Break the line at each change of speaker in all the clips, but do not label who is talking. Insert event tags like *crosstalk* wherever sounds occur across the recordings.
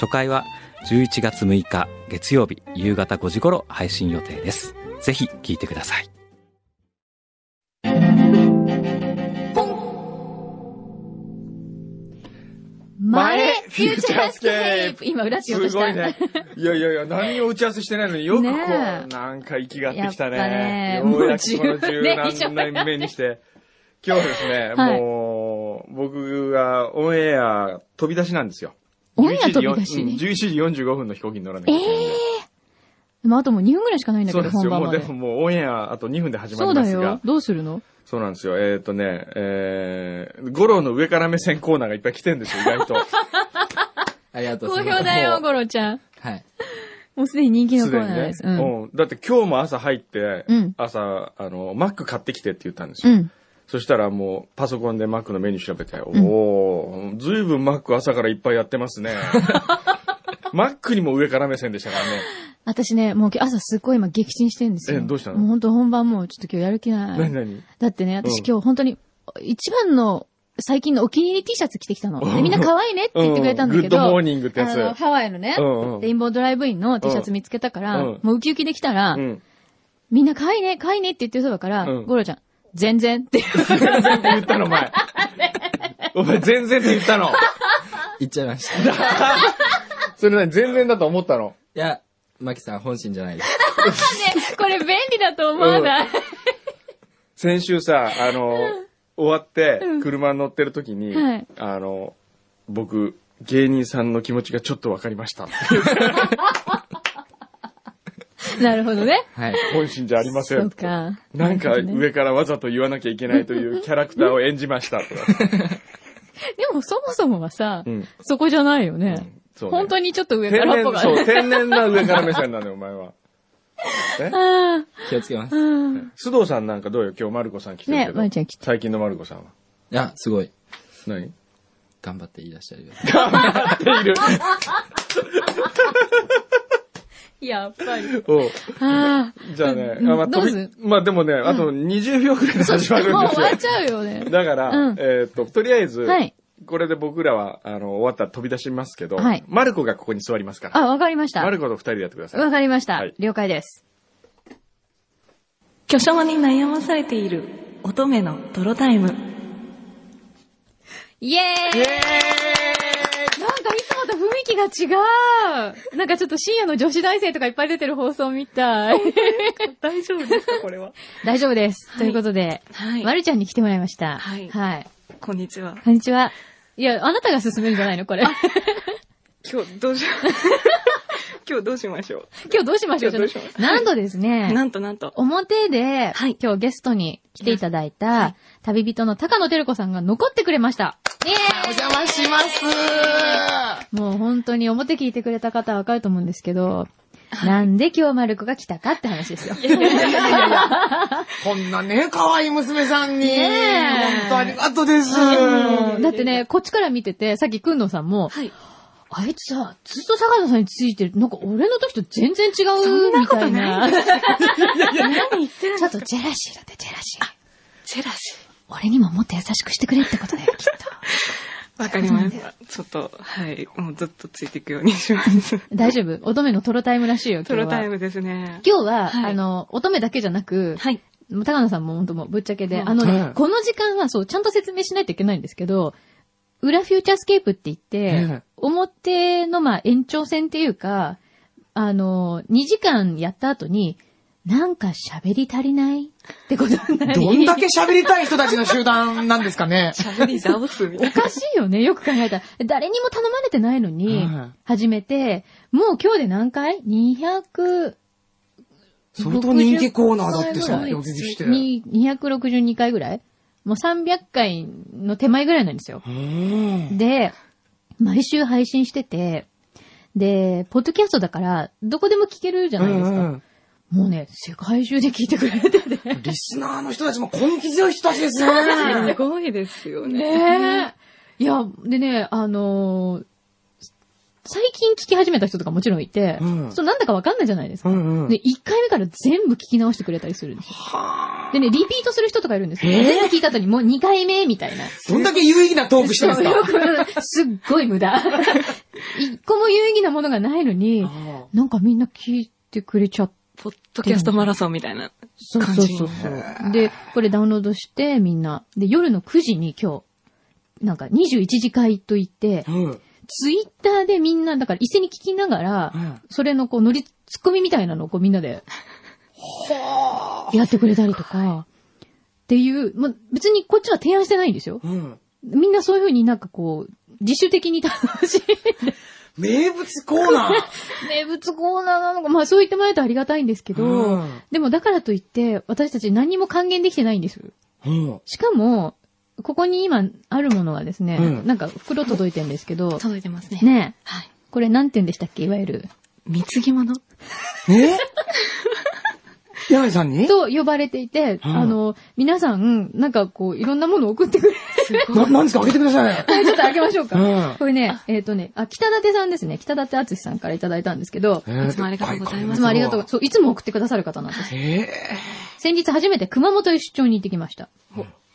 初回は11月6日月曜日夕方5時頃配信予定ですぜひ聞いてください
マレフューチャースケープ今、裏しよ
す
うとした。
ごいね。 *laughs* いやいやいや、何を打ち合わせしてないのによくこう、
ねえ
なんか息が合ってきた
やっぱね
ね。ようやくこ
も
の
う
十
10年以上
何年目にして。今日ですね、
はい
もう、僕がオンエア飛び出しなんですよ。
オンエア飛び出
うん
し。
11時45分の飛行機に乗らなき
え
ゃ
え
いけないんで。
まあ、あともう2分ぐらいしかないんだ
そ
けど、
うです
本
よ。
番
も
ま
うで
で。
ももうオンエアあと2分で始ま
そ
り
う
ま
だ
す
よ
が。。
どうするの
そうなんですよ。えっ、とね、えー、ゴロの上から目線コーナーがいっぱい来てんですよ、意外と。
ありがとう
好
ござ
評
います。
だよ、ゴロちゃん。
はい。
もうすでに人気の
す
コ
で
ー
に
ナー
ね
です。。うん。
うん。だって今日も朝入って
うん、
朝、あの、マック買ってきてって言ったんです
う
よ。
ん。
そしたらもう、パソコンでマックのメニュー調べて、
ん
おー、ずいぶんマック朝からいっぱいやってま
*laughs*
すね。マックにも上から目線でしたからね。
私ね、もう今日朝すっごい今激鎮してるんですよ。
えどうしたの
もう本当本番もうちょっと今日やる気な
何
い。
何
だってね、私今日本当に一番の最近のお気に入り T シャツ着てきたの。でみんな可愛いねって言ってくれたんだけど。
うんグッドモーニングってやつ
あの、ハワイのね、
うんうん
レインボードライブインの T シャツ見つけたから、
うん
もうウキウキできたら、
うん。
みんな可愛いね、可愛いねって言ってるそばから、
うん
ゴロちゃん、全然って *laughs* 言う。
全然って言ったの、お
*laughs*
前。お前、全然って言ったの。
言っちゃいま *laughs* した。い
それ何全然だと思ったの。
や、マキさん本心じゃないです。
これ便利だと思わない、
先週さ、あの、終わって、車に乗ってる時に
はい、
あの、僕、芸人さんの気持ちがちょっとわかりま
*laughs*
した。
*laughs* なるほどね。
はい。
本心じゃありませ。
そうんか。
なんか
るほどね
上からわざと言わなきゃいけないというキャラクターを演じま
*laughs*
した。とか
でもそもそもはさ、
うん
そこじゃないよね。
そうね
本当にちょっと上か
天
らっぽ
然、
が。
そう、天然な上から目線なのよ、お前は。
気をつけます。い
須藤さんなんかどうよ今日、マルコさん来てる
ね
け、ど。
まるちゃん来て。
最近のマルコさんは。
や、すごい。
何
頑張って言い出したり
*laughs* やっ
*laughs*
ぱり。
おう
あ
じゃあね、あ
うん
まあ、
どう
飛
する
び、まあでもね、あと20秒くらいで
あ。
始まるん
もう
です
終わっ
よ。
ちゃうよね。
*laughs* だから、
うん
えーっと、とりあえず、
はい
これで僕らは、あの、終わったら飛び出しますけど、
はい
マルコがここに座りますから。
あ、わかりました。
マ
わ
ルコと二人でやってください。
かりました、
はい
了解です。
巨匠に悩まされている乙女の泥タイム。
イエーイなんかいつもと雰囲気が違う。なんかちょっと深夜の女子大生とかいっぱい出てる放送みたい。
大丈夫ですかこれは。
大丈夫です。
はい
ということで、
はい
まるちゃんに来てもらいました。
はい
はい。
*laughs* こんにちは。
こんにちは。いや、あなたが進めるんじゃないのこれ。
今日どうしよう。 *laughs* 今日どうしましょ
*laughs* 今日どうしましょう
今日どうしましょ
なんとです
う。な
ね、
んとなんと。
表で、
はい
今日ゲストに来ていただいた、
はい
旅人の高野照子さんが残ってくれました。イエーイ
お邪魔します
もう本当に表聞いてくれた方わかると思うんですけど、なんで今日マルコが来たかって話ですよ。
こんなね、可愛い娘さんに。
ねえ
本当ありがとうです。
*laughs* だってね、こっちから見てて、さっきくんのさんも、
はい。
あいつさ、ずっと坂野さんについてる。なんか俺の時と全然違
そん
うみ
なこ
た
と
いな。
ないです。何言ってる
*laughs*
ん
ちょっ
です
と
か
ジェラシーだって、ジェラシー。
ジェラシ
俺にももっと優しくしてくれってことだよ、きっと。
ー。わかりました。ちょっと、はい。もうずっとついていくようにし *laughs* ます。
*laughs* 大丈夫乙女のトロタイムらしいよ、今日
ト
は。
ロタイムですね。
今日は、
はい
あの、乙女だけじゃなく、
はい。
もう高野さんも本当もうぶっちゃけで、
うん
あのね、
はい
この時間はそう、ちゃんと説明しないといけないんですけど、裏フューチャースケープって言って、
はい
表のまあ延長線っていうか、あの、2時間やった後に、なんか喋り足りないってことになり
どんだけ喋りたい人たちの集団なんですかね。
喋り倒すみたい
おかしいよ
*laughs*
ね。よく考えたら。誰にも頼まれてないのに
はい、
始めて、もう今日で何回 ?200、
相当人気コーナーだっ
60
てさ、
回ぐらい
呼びして。
に262回ぐらいもう300回の手前ぐらいなんですよ。で、毎週配信してて、で、ポッドキャストだから、どこでも聞けるじゃないですか。
うんうん
もうね、世界中で聞いてくれてて。
リスナーの人たちも根気強い人たちです *laughs* よ
す
ね。
ごいですよね。
ねえ。いや、でね、あのー最近聞き始めた人とかもちろんいて、
うん
そうなんだかわかんないじゃないです
う
か。
んうん。
で、1回目から全部聞き直してくれたりするんですよ。でね、リピートする人とかいるんですけど、
えー
全部聞いた後にもう2回目みたいな。
どんだけ有意義なトークしてます
よ
か
く、 *laughs* すっごい無駄。一個も有意義なものがないのに、なんかみんな聞いてくれちゃっ
ポッドキャストマラソンみたいな。
そうそうそうそう。で、これダウンロードして、みんな。で、夜の9時に今日、なんか21時会といって、
うん。
ツイッターでみんな、だから一斉に聞きながら、
うん
それのこう、乗り、ツッコミみたいなのをこうみんなで、やってくれたりとか、っていう、まあ、別にこっちは提案してないんですよ。
うん。
みんなそういうふうになんかこう、自主的に楽しい。
名物コーナー。
名物コーナーなのか、まあそう言ってもらえるとありがたいんですけど、
うん
でもだからといって、私たち何も還元できてないんです。
うん。
しかも、ここに今あるものがですね、
うん
なんか袋届いてるんですけど、
届いてますね。
ねえ、
はい。
これなんて言うんでしたっけいわゆる。
貢ぎ物
え柳井さんに
と呼ばれていて、
うん
あの、皆さん、なんかこう、いろんなものを送ってく
*laughs*
れ。
な、なんですか開けてください。
はいちょっと開けましょうか。
うん
これね、えっ、とね、あ、北立さんですね。北立敦さんからいただいたんですけど、
えー
いつもありがとうございま
い
す
つもありがと
で
う。そう、いつも送ってくださる方なんです。
かいえ
先日初めて熊本へ出張に行ってきました。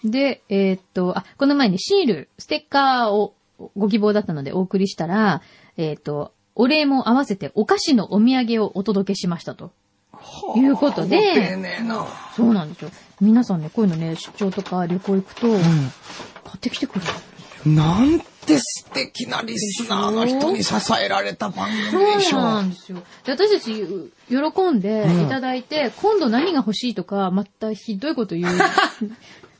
で、えーっと、あ、この前にシール、ステッカーをご希望だったのでお送りしたら、えーっと、お礼も合わせてお菓子のお土産をお届けしましたと。いうこと
ーご丁
で、
寧な。
そうなんですよ。皆さんね、こういうのね、出張とか旅行行くと、買ってきてくれる。
なんて素敵なリスナーの人に支えられた番組でし
そう
ょう。
なんですよ。で私たち、う喜んでいただいて、今度何が欲しいとか、またひどいこと言う。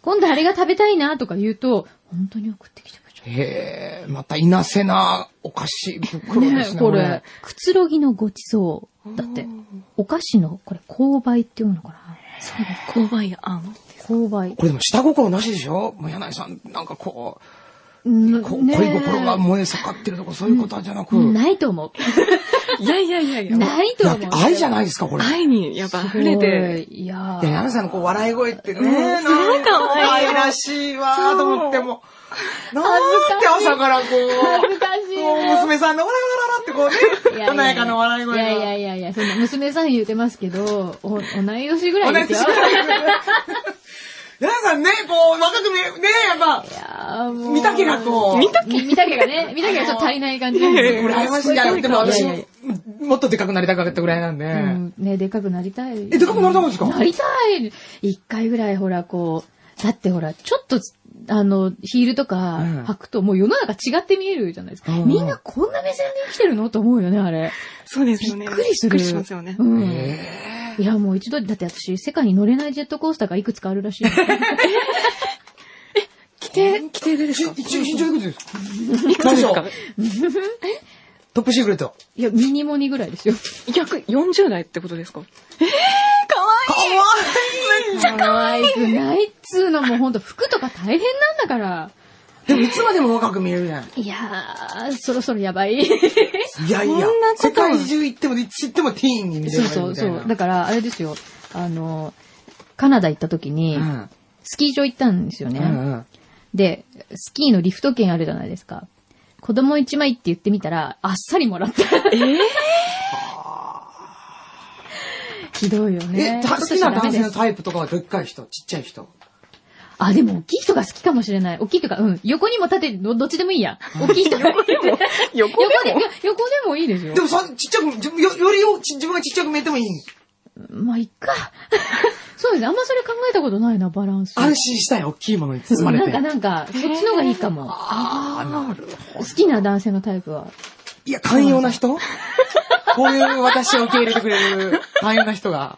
今度あれが食べたいなとか言うと、本当に送ってきてくれちゃう。
へえ、またいなせなお菓子袋で
ね
すね。
これ。、くつろぎのごちそう。だって、お菓子の、これ、購買っていうのかな
そうです。購買やあん。
購買。
これでも下心なしでしょもう柳井さん、なんかこう、こ
う
う恋心が燃え盛ってるとかそういうことじゃなく、
ないと思。
いやいやいやいうや。
ないと
だっ
思
て
う。
愛じゃないですか、これ。
愛にやっぱ溢れて。
いや
いや、
ー
柳井さんのこう笑い声ってね、なんか
ごい可愛い
愛らしいわーと思っても、なん
恥ず
て
かしい
朝からこ
恥ず
う、
かしい
もう
な。
娘さんのわらわらわらってこうね、華やかな笑い声
い
が。
やいやいやいや、そんな娘さん言うてますけど、お、同い年ぐらい
同
で
じ
すよ。
力で。皆さんね、こう、若く見え、ね、やっぱ、
いやーもう。
見たけがこう、見た
み見たけがね、見たけがちょっと足りない感じなんですよ。
羨ましいんだよ。でも私
いやいやい、
もっとでかくなりたかったぐらいなんで。
うん、ね、でかくなりたい。
え、でかくなりたかったんです
な
か
りたい一回ぐらいほら、こう、だってほら、ちょっと、あの、ヒールとか
うん
履くと、もう世の中違って見えるじゃないですか。
うん
みんなこんな目線で生きてるのと思うよね、あれ。
そうですよ
び
ね。
っくりする。
びっくりしますよね
う。ん。
え
いや、もう一度、だって私、世界に乗れないジェットコースターがいくつかあるらしい。 *laughs*
規定、規定で
ー
です
し
か
一応身長いくつですかいくつです
*laughs*
かトップシークレット。
いや、ミニモニぐらいですよ。
約40代ってことですか
かわいい
可愛くないっつうのもほんと服とか大変なんだから。
でもいつまでも若く見えるじゃん。
いやー、そろそろやばい。
いや
そ
いや
んな、こと
世界中行っても、いつ行ってもティーンに見える
そう
みたいな。
そうそう。だから、あれですよ。あの、カナダ行った時に
う、ん
スキー場行ったんですよね。
うんうん
で、スキーのリフト券あるじゃないですか。子供一枚って言ってみたら、あっさりもらった。えぇ、ひどいよね
え、。た好きな男性の
イプ
タイプとかはでっかい人、ちっちゃい人。
あ、でも大きい人が好きかもしれない。大きいとか、うん。横にも縦にも、どどっちでもいいや。大きい人が。横でも
*laughs* 横
横でいや横でもいいですよ
で。もさ、ちっちゃく、自分よよりよち自分がちっちゃく見えてもいい。
まあ、いっか。 *laughs* そうですね。あんまそれ考えたことないな、バランス。
安心したい、大きいものに包まれ
なん
て。
かなんか、そっちの方がいいかも。
あー、なる
好きな男性のタイプは。
いや、寛容な人こういう私を受け入れてくれる寛容な人 *laughs* が。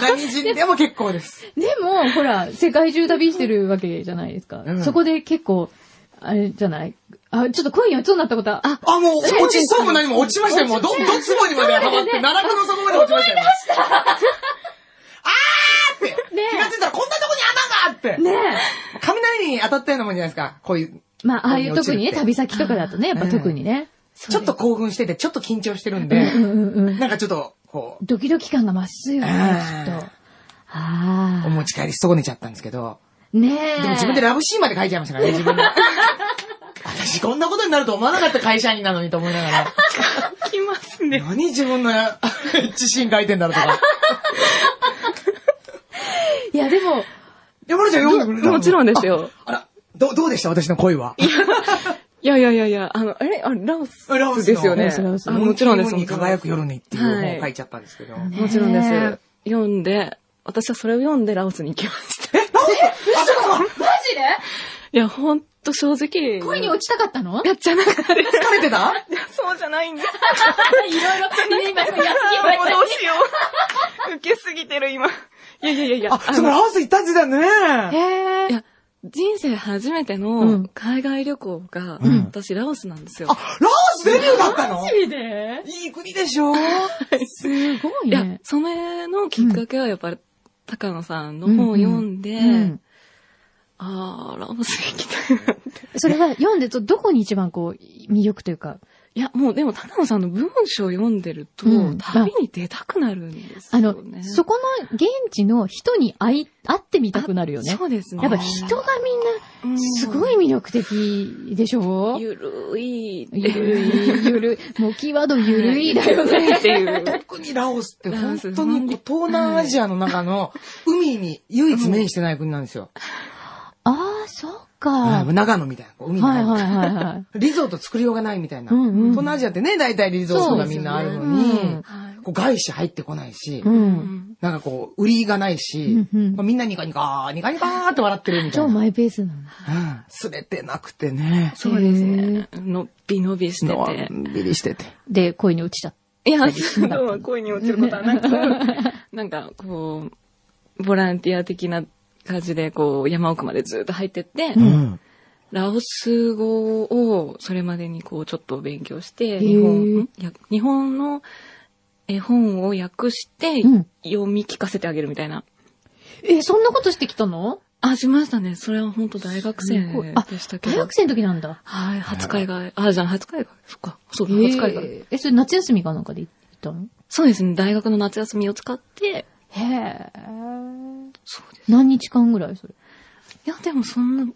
何人でも結構です。
でも、ほら、世界中旅してるわけじゃないですか。
うん
そこで結構、あれじゃないあ、ちょっと恋に落ちそうになったことは、あ、
あ、もう、落ちそうも何も落ちましたよ。もう、ど、どつぼにまでハマって、奈落の底まで落ちましたよ。あーって、
ねえ
気がついたらこんなとこにあったかって、
ね
雷に当たったようなもんじゃないですか。こういう。
え。まあ、ああいう
恋に落ち
特
るっ
に
て
ね、旅先とかだとね、やっぱ特にね。
ちょっと興奮してて、ちょっと緊張してるん
う
で、
んうんうん。
なんかちょっと、こう、
ドキドキ感が増すよね、
うん
きっと。あ
お持ち帰り損ねちゃったんですけど、
あ。ねえ。
でも自分でラブシーンまで書いちゃいました *laughs* からね、自分で。私こんなことになると思わなかった会社員なのにと思いながら。
きますね。
何自分の自信書いてんだろうと *laughs* か。
いや、でも、
山田ちゃん読んでくれた。
もちろんですすよ。
あら、どう、どうでした私の恋は。
いやいやいやいや、あの、あれあラオス
ラオスの
ですよね。
ラオス
あもちろんです。
日本に輝く夜にっていう本
は
を
い
書いちゃったんですけど。
ね
もちろんで
ね
す。読んで、私はそれを読んでラオスに行きました。 *laughs* い
マジで
や、ほんと正直。
恋に落ちたかったの *laughs* い
やっちゃなかったです。
疲れてた
そうじゃないんです。
ろいろ、今、安い
*laughs*
もうどうしよう。 *laughs* 受けすぎてる今。いやいやいやいや。
あ、そのラオス行ったんだね。
へ
い
え。
や、人生初めて
う
の
ん
海外旅行が、私、ラオスなんですよ
あ。、ラオスデビューだったの
で
いい国でしょ
すごい
いや
ね、。
それのきっかけはやっぱり、高野さんの本を読んで、
うん。
あー、ラオス行きたいなって。
それは読んでと、どこに一番こう、魅力というか、
いや、もうでも高野さんの文章を読んでると、
うん
旅に出たくなるんです
あ
よ
の
ね。、
そこの現地の人に会い、会ってみたくなるよね。
そうですね。
やっぱ人がみんな、
うん
すごい魅力的でしょ
ゆるいって
ゆ
いう。
るい、 *laughs* ゆるい。もうキーワードゆるいだよ
*laughs*
ね。
っていう。
特にラオスって本当にこう東南アジアの中の海に唯一面してない国なんですよ。
ああ、そっか。
は
はいい
長野みたいな。こう海に
はい
ある
はいはい。
リゾート作りようがないみたいな。
うんうん
東南アジアってね、大体リゾートがみんなあるのに、
そうですよね
はい
こう外資入ってこないし、
う。
うんん
なんかこう、売りがないし、
うんうん
まあみんなニカニカ、ニカニカーって笑ってるみたい
超
な。
マイペースなの。
うん、すれてなくてね。
そうです
へ
ね。のっびのびして
の
て。
んびりしてて。
で、恋に落ちちゃっ
いや、 *laughs* そうは恋に落ちることは
*laughs*
なく、なんかこう、ボランティア的な感じで、こう、山奥までずっと入ってって、
うん。
ラオス語をそれまでにこうちょっと勉強し
ー
て、日本、んや日本の絵本を訳して
うん
読み聞かせてあげるみたいな。
た。え、そんなことしてきたの
あ、しましたね。それは本当大学生
すごいあ
でしたけ
大
ど
学。生の時なんだ。
はい、初海外。あ、じゃあ初海外。そっか。そうだ、
へえ
初海外。
え、それ夏休みかなんかで行ったの
そうですね。大学の夏休みを使って、
へえ。
そうです。
何日間ぐらいそれ。
いや、でもそんな、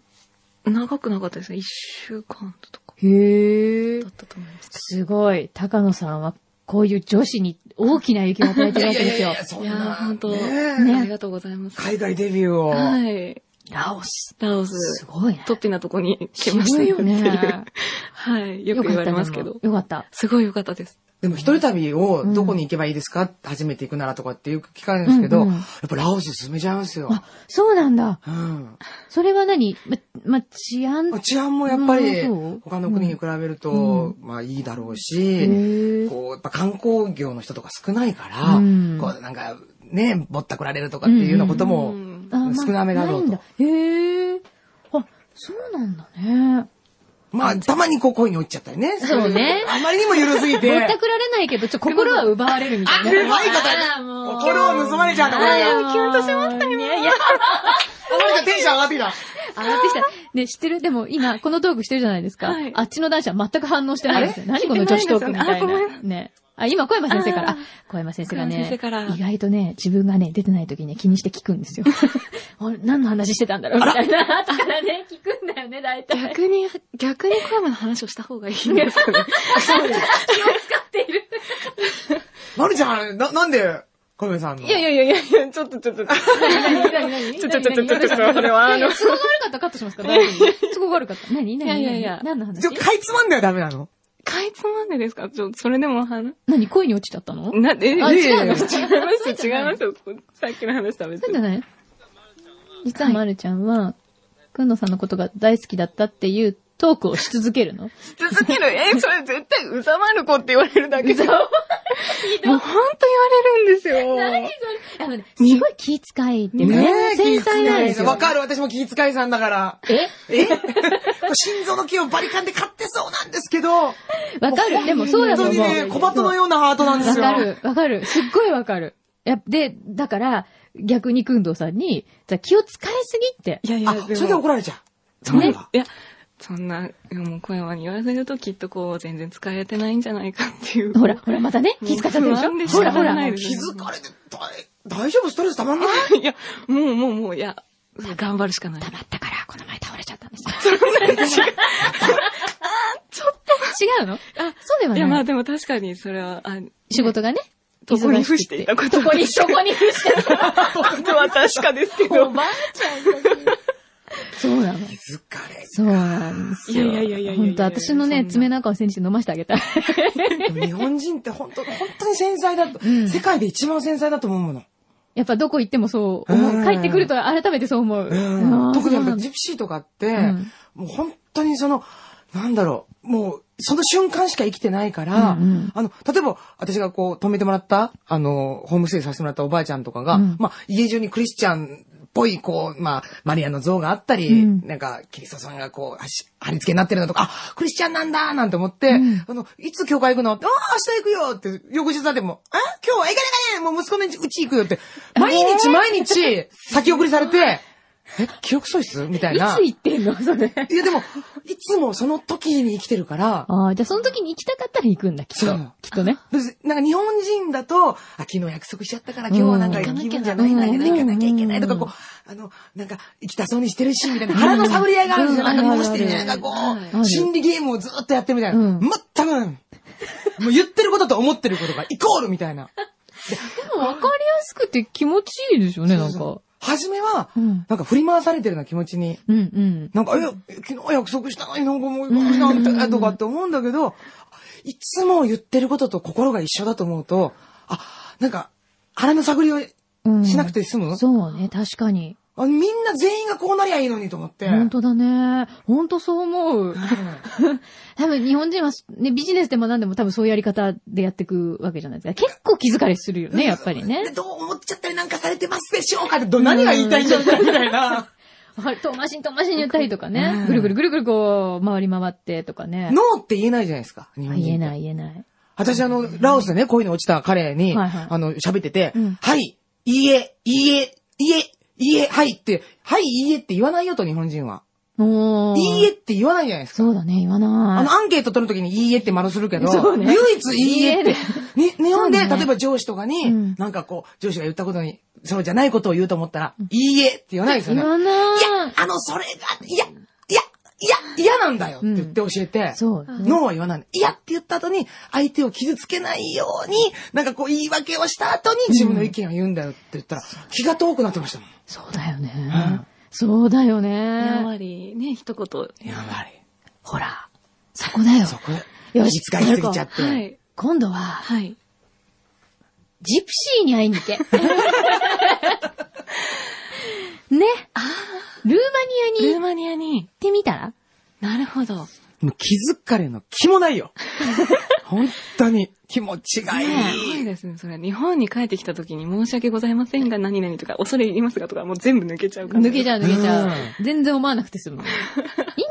長くなかったですね。一週間とか
へえ
だ。ったと思います。
すごい。高野さんは、こういう女子に大きな影響を与えてる
いや
わ
い
け
やい
で
や
す
*laughs* い
よ
や、。そん
いや
な。
ー、本当、
ね
ありがとうございます。
海外デビューを。
はい。
ラオス。
ラオ
す
ス、
ごいね。
トッピなとこに来ました
渋い
よ
よ
っていう。
ね。
はい。よく言われますけど。
よかった。
すごい良かったです。
でも一人旅をどこに行けばいいですか、初めて行くならとかってよく聞かれるんですけど、
うんうん
やっぱラオス進めちゃいますよ。
あ、そうなんだ。
うん。
それは何ま、ま、治安
まあ治安もやっぱり
うんそう
他の国に比べると、まあいいだろう
へ
し、
ー
こう、やっぱ観光業の人とか少ないから、
うん
こうなんかね、ぼったくられるとかっていうようなことも、
ん
あまあ
少なめだろう
ない
と
んだへえ。あ、そうなんだね。
まあたまにこう恋に落ちちゃったりね。
そうね
あまりにも緩すぎ
ぼった
て、
くられないけど、ちょ、心は奪われるみたいな。
あやばいこと
あーもう。
心を盗まれちゃうところが、
キュンとしましたね。いやいや、
なんかテンション上がってきた。
上がってきた。ね、知ってるでも今、このトークしてるじゃないですか。
はい
あっちの男子は全く反応してないんですよ。何この女子トークみた
あ
い
ごめ
な。ね。あ、今、小山先生から。
あ
あ小山先生が
小山
ね
先生から
意外とね、自分がね、出てない時ね、気にして聞くん *laughs* ですよ。あ何の話してたんだろうみたいな。後からね、聞くんだよね、大体。
逆に、逆に小山の話をした方がいいんですかね。
まるちゃん、な、なんで、小宮さんの。
いやいやいやいやいや、ちょっとちょっと。
ち
ちょちょちょちょちょちょちょこれはあの
すごく悪かったらカットしますから大丈夫すごく悪かった。何何
いやいや
何
いや
何の話
ちょ、かいつまんだよダメなの
かいつまんでですかちょ、それでも話、
何恋に落ちちゃったの
な、え、
あ
え
違うの
違いますよ、違い
そうじゃない
ますよ。さっきの話食べ
そ
て
うじゃない実はまるちゃんは、くんのさんのことが大好きだったっていうトークをし続けるの
続ける。え、それ絶対うざまる子って言われるだけで。もう本当言われるんですよ。
それあのね、すごい気遣いっていうかね、繊細なんです
わ
よ。
かる、私も気遣いさんだから。
え
えこう心臓の毛をバリカンで買ってそうなんですけど、本
わかるでもそうだと
当
思
にね、
う。
小鳩のようなハートなんですよ。
わかる、わかる。すっごいわかる。やっで、だから、逆にくんどうさんに、じゃあ気を使いすぎって。
いやい
あ
や、、で
それで
も、
怒られちゃう。
ねいや、そんな、もう小山に言わせるときっとこう、全然使えてないんじゃないかっていう。
ほら、ほら、またね、気遣ってるでし
もう不安で
ょ
しょ
ほら、ほ
うがな
ら
い。です
気づかれて、だ大丈夫ストレスたまんない
いや、もうもうもう、いや、頑張るしかない。
溜まったから、この前倒れちゃったんですよ。 *laughs* ちょっと。違うのあ、そうではい
や、ま
な
あ
い。
でも確かにそれは、あ、
仕事がね。
そこに伏していたこと
そこに、そこに伏してた。
ことは確かですけ
*laughs*
ど。
ばあちゃんそうなの。
気づかれ
そうなんですよ。
いやいやいやいやいや
本当私の
そ
ね、
んな
爪なんかを背にして飲ましてあげたい。 *laughs*
日本人って本当、本当に繊細だと、
ん
世界で一番繊細だと思うもの。
やっぱどこ行ってもそう思
う
う。
ん
帰ってくると改めてそう思う。あー
特にやっ
そう
ぱ
なんだ
ジプシーとかって、
ん
もう本当にその、なんだろう、もう、その瞬間しか生きてないから、
うんうん
あの、例えば、私がこう、止めてもらった、あの、ホームステイさせてもらったおばあちゃんとかが、
うん
まあ、家中にクリスチャンっぽい、こう、まあ、マリアの像があったり、
うん
なんか、キリストさんがこう、はし貼り付けになってるのとか、あ、クリスチャンなんだなんて思って、あの、いつ教会行くのって、ああ、明日行くよって、翌日だっても、あ今日は行かないかねもう息子のうち行くよって、毎日毎日、先送りされて、え、記憶喪失みたい
い
な。
つ行ってんのそれ。
*laughs* いやでも、いつもその時に生きてるから、
ああ、じゃあその時に行きたかったら行くんだ、きっ
そ
と
う。
きっとね。
別になんか日本人だと、あ、昨日約束しちゃったから今日はなんか
うん
行くんじゃないんだけど、
うん
行かなきゃいけないとか、
うん
こう、あの、なんか行きたそうにしてるし、みたいな腹の探り合いがあるじゃん。
うん
なんか
うん
どうしてるじゃん。
あ
な
る
んか
あ
こう、
る
心理ゲームをずっとやってるみたいな。
うん
全く、もう言ってることと思ってることがイコールみたいな。
でも分かりやすくて気持ちいいでしょうね、なんか
そうそ。う初めは、
うん
なんか振り回されてるような気持ちに
うんうん。
なんか、え、昨日約束したのになんかもう行かないなんて、とかって思うんだけど、いつも言ってることと心が一緒だと思うと、あ、なんか、腹の探りを
うん
しなくて済む、
そうね、確かに。
あみんな全員がこうなりゃいいのにと思って。
本当だね。本当そう思う。 *laughs* 多分日本人は、ね、ビジネスでも何でも多分そういうやり方でやっていくわけじゃないですか。結構気疲れするよね、やっぱり
で
ね。
どう思っちゃったりなんかされてますでしょうかってど何が言いたいんだろうみた
*laughs*
いな。
わかる遠回しに遠回しに言ったりとか
う
ね
ん。
ぐるぐるぐるぐるこう、回り回ってとかね。
*laughs* ノーって言えないじゃないですか。日本人って
言えない言えない。
私あの、ラオスでね、恋に落ちた彼に、
はいはい
あの、喋ってて、
うん
はい、いいえ、いいえ、いいえ、いいえ、はいって、はい、いいえって言わないよと日本人は。
おー
いいえって言わないじゃないですか。
そうだね、言わな
あ
い
の、。アンケート取るときにいいえって丸するけど、
そうね
唯一いいえって。に日本で、
そうね
例えば上司とかに、
うん
なんかこう、上司が言ったことに、そうじゃないことを言うと思ったら、いいえって言わないですよね。
言わない
や、あの、それが、いや、いや、いや、嫌なんだよって言って教えて、
そう。
ノーは言わない。いやって言った後に、相手を傷つけないように、なんかこう言い訳をした後に自分の意見を言うんだよって言ったら、気が遠くなってましたもん。
そうだよね
ん。
そうだよ
や
ね。
はり、ね、一言。
やばい。
ほら、そこだよ。
そこ、
よ
気遣いすぎち
や
ゃっ
るか
て。
はい。
今度は、
はい。
ジプシーに会いに行 *laughs* け。ね。ルーマニアに
ル
行
ー
っ
マニアに、
てみたら
なるほど。
もう気づかれの気も *laughs* ないよ。本当に気持ちがい
ねえすごい
い。
ですね。それ、日本に帰ってきた時に申し訳ございませんが、何々とか、恐れ入りますがとか、もう全部抜けちゃうから。
抜けちゃう抜けちゃう
う。
全然思わなくて済む。いいん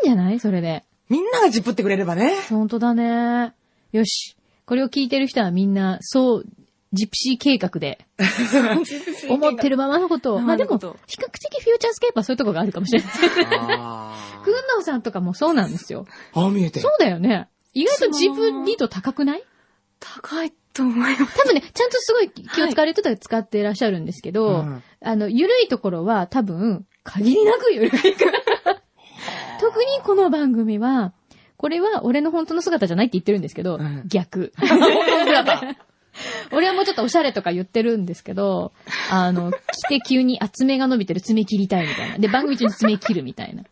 じゃないそれで。
みんながジップってくれればね。
本当だね。よし。これを聞いてる人はみんな、そう、ジプシー計画で、思ってるままのことを。まあで
ま
も、
ま
比較
のこと
的フューチャースケーパーはそういうとこがあるかもしれない。
あ
クンノーさんとかもそうなんですよ。
あ、見えてる
そう。だよね。意外と自分リード高くない
高いと思います。
多分ね、ちゃんとすごい気を使われる人は使っていらっしゃるんですけど、
うん
あの、ゆるいところは多分、限りなくゆるいから。特にこの番組は、これは俺の本当の姿じゃないって言ってるんですけど、
うん *laughs*
逆。
姿
俺はもうちょっとおしゃれとか言ってるんですけど、あの、着て急に、あ、爪が伸びてる爪切りたいみたいな。で、番組中に爪切るみたいな。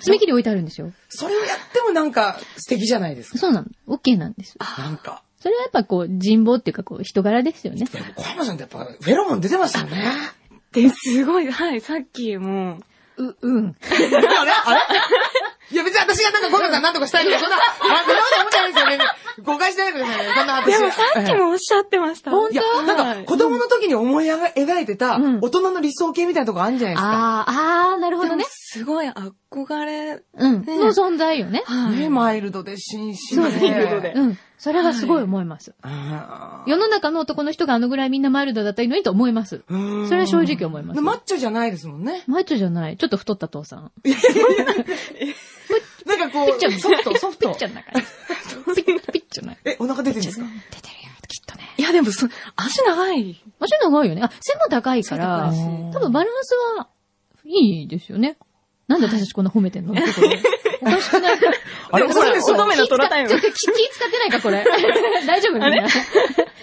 爪切り置いてあるんですよ。
それをやってもなんか素敵じゃないですか。
そうなの。OK なんです。
なんか。
それはやっぱこう、人望っていうかこう、人柄ですよね。
でも小山さんってやっぱフェロモン出てますよね。
で、すごい。はい、さっきも、
う、うん。
*laughs* あれあれ *laughs* いや別に私がなんか小山さんなんとかしたいとか、 *laughs* そんな、あそんなこと思ってないですよね。誤解してないでくださいね。そんな私
で
が
もさっきもおっしゃってました。
本
いや、なんか子供の時に思い描いてた
うん
大人の理想形みたいなとこあるんじゃないですか。
ああ、ああ、なるほ
で
ど
も
ね。
すごい憧れ。
うん。
ね
の存在よね。
はい。
ね、マイルドで紳士
そう
で。
ね
マイルドで
うん。それはすごい思います。
あ
世の中の男の人があのぐらいみんなマイルドだったらいいのにと思います。
ー
それは正直思います。
マッチョじゃないですもんね。
マイチョじゃない。ちょっと太った父さん。
こ
ピッチャ
う、
ー
ソフト、ソフ
ピ
ト
ッチ。ャーだから。ピッ、ピッチャーな。
え、お腹出てるんですか
出てるよ、きっとね。
いや、でもそ、足長い。
もちろん長いよね。あ、背も高いから、
背
も高いし
多分バランスはいいですよね。なんで私たちこんな褒めてんのってことでおかしくない
あれ
でもほら
嘘でしょ
乙女のトラタイム
気使ってちょっと気気使ってないか、これ。大丈夫みん
あれ
な。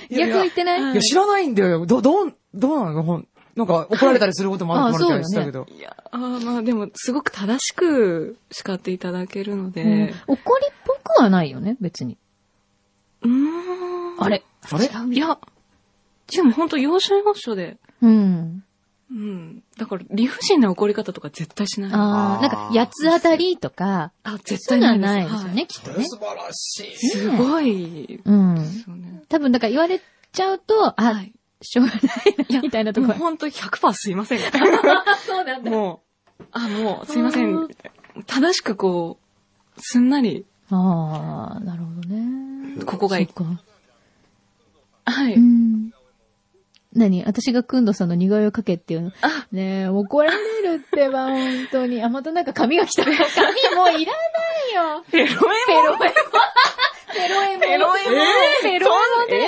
逆言ってない
いや、知らないんだよ。ど、どう、どうなのほんなんか怒られたりすることもある
あ
か
そう
ら
よ
っ
ね
てしたけど。
いや、あーまあでも、すごく正しく叱っていただけるの
うん
で。
怒りっぽくはないよね、別に。
うーん。
あれ
あれ
いや、でも本当要所要所で。
うん。
うん。だから、理不尽な怒り方とか絶対しない。あ、
あ
あ
あ、
ー
なんか、八つ当たりとか、
絶
そう
対
いうのは
な
ないい
で
です
す
よね、きっとね。
素晴らしい。
すごい。で
うん。
すよね。
多分、だから言われちゃうと、
は
あ、
い。
しょうがないな、みたいなとこ
もう
ろ。
本当100%すいません。
*laughs* そうなん。
もう、あ、もう、すいませ。
うん
正しくこう、すんなり、
ああ、なるほどね。
ここがいい
そっか
はい。
うん。何私がくんどさんの似顔絵をかけっていうの
あ。
ねえ、怒られるってば、本当に。あ、またなんか髪が来た。髪もういらないよ。
ペロエモ
ペロエモン。ペロエモン。
ペロエモン
ペロエモンで。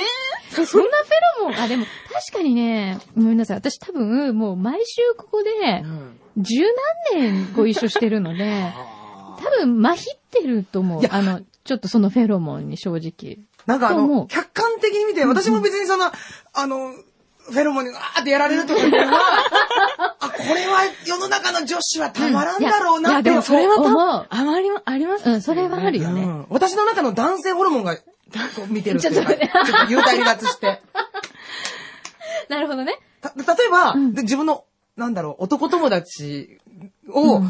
そそんなフェロモン。あ、でも、確かにね、ごめんなさい。私多分、もう毎週ここで
う、ん
十何年ご一緒してるので、
あー
多分、まひってると思う
い。や
あの、ちょっとそのフェロモンに正直。
なんかあ
と思う
の、客観的に見て、私も別にその、あの、フェロモンにわーってやられるという
*laughs*
のは、あ、これは世の中の女子はたまらんだろう
い
な
や、
って。
でもそれは多
思
分
う、
あまりも、あります
うん、それはある
う
よね。
ん私の中の男性ホルモンが、こう見てるっていう
*laughs* ち
か。
ょっとね
ちょっと幽体離脱して。
なるほどね。
た、例えば、で自分の、なんだろう、男友達を、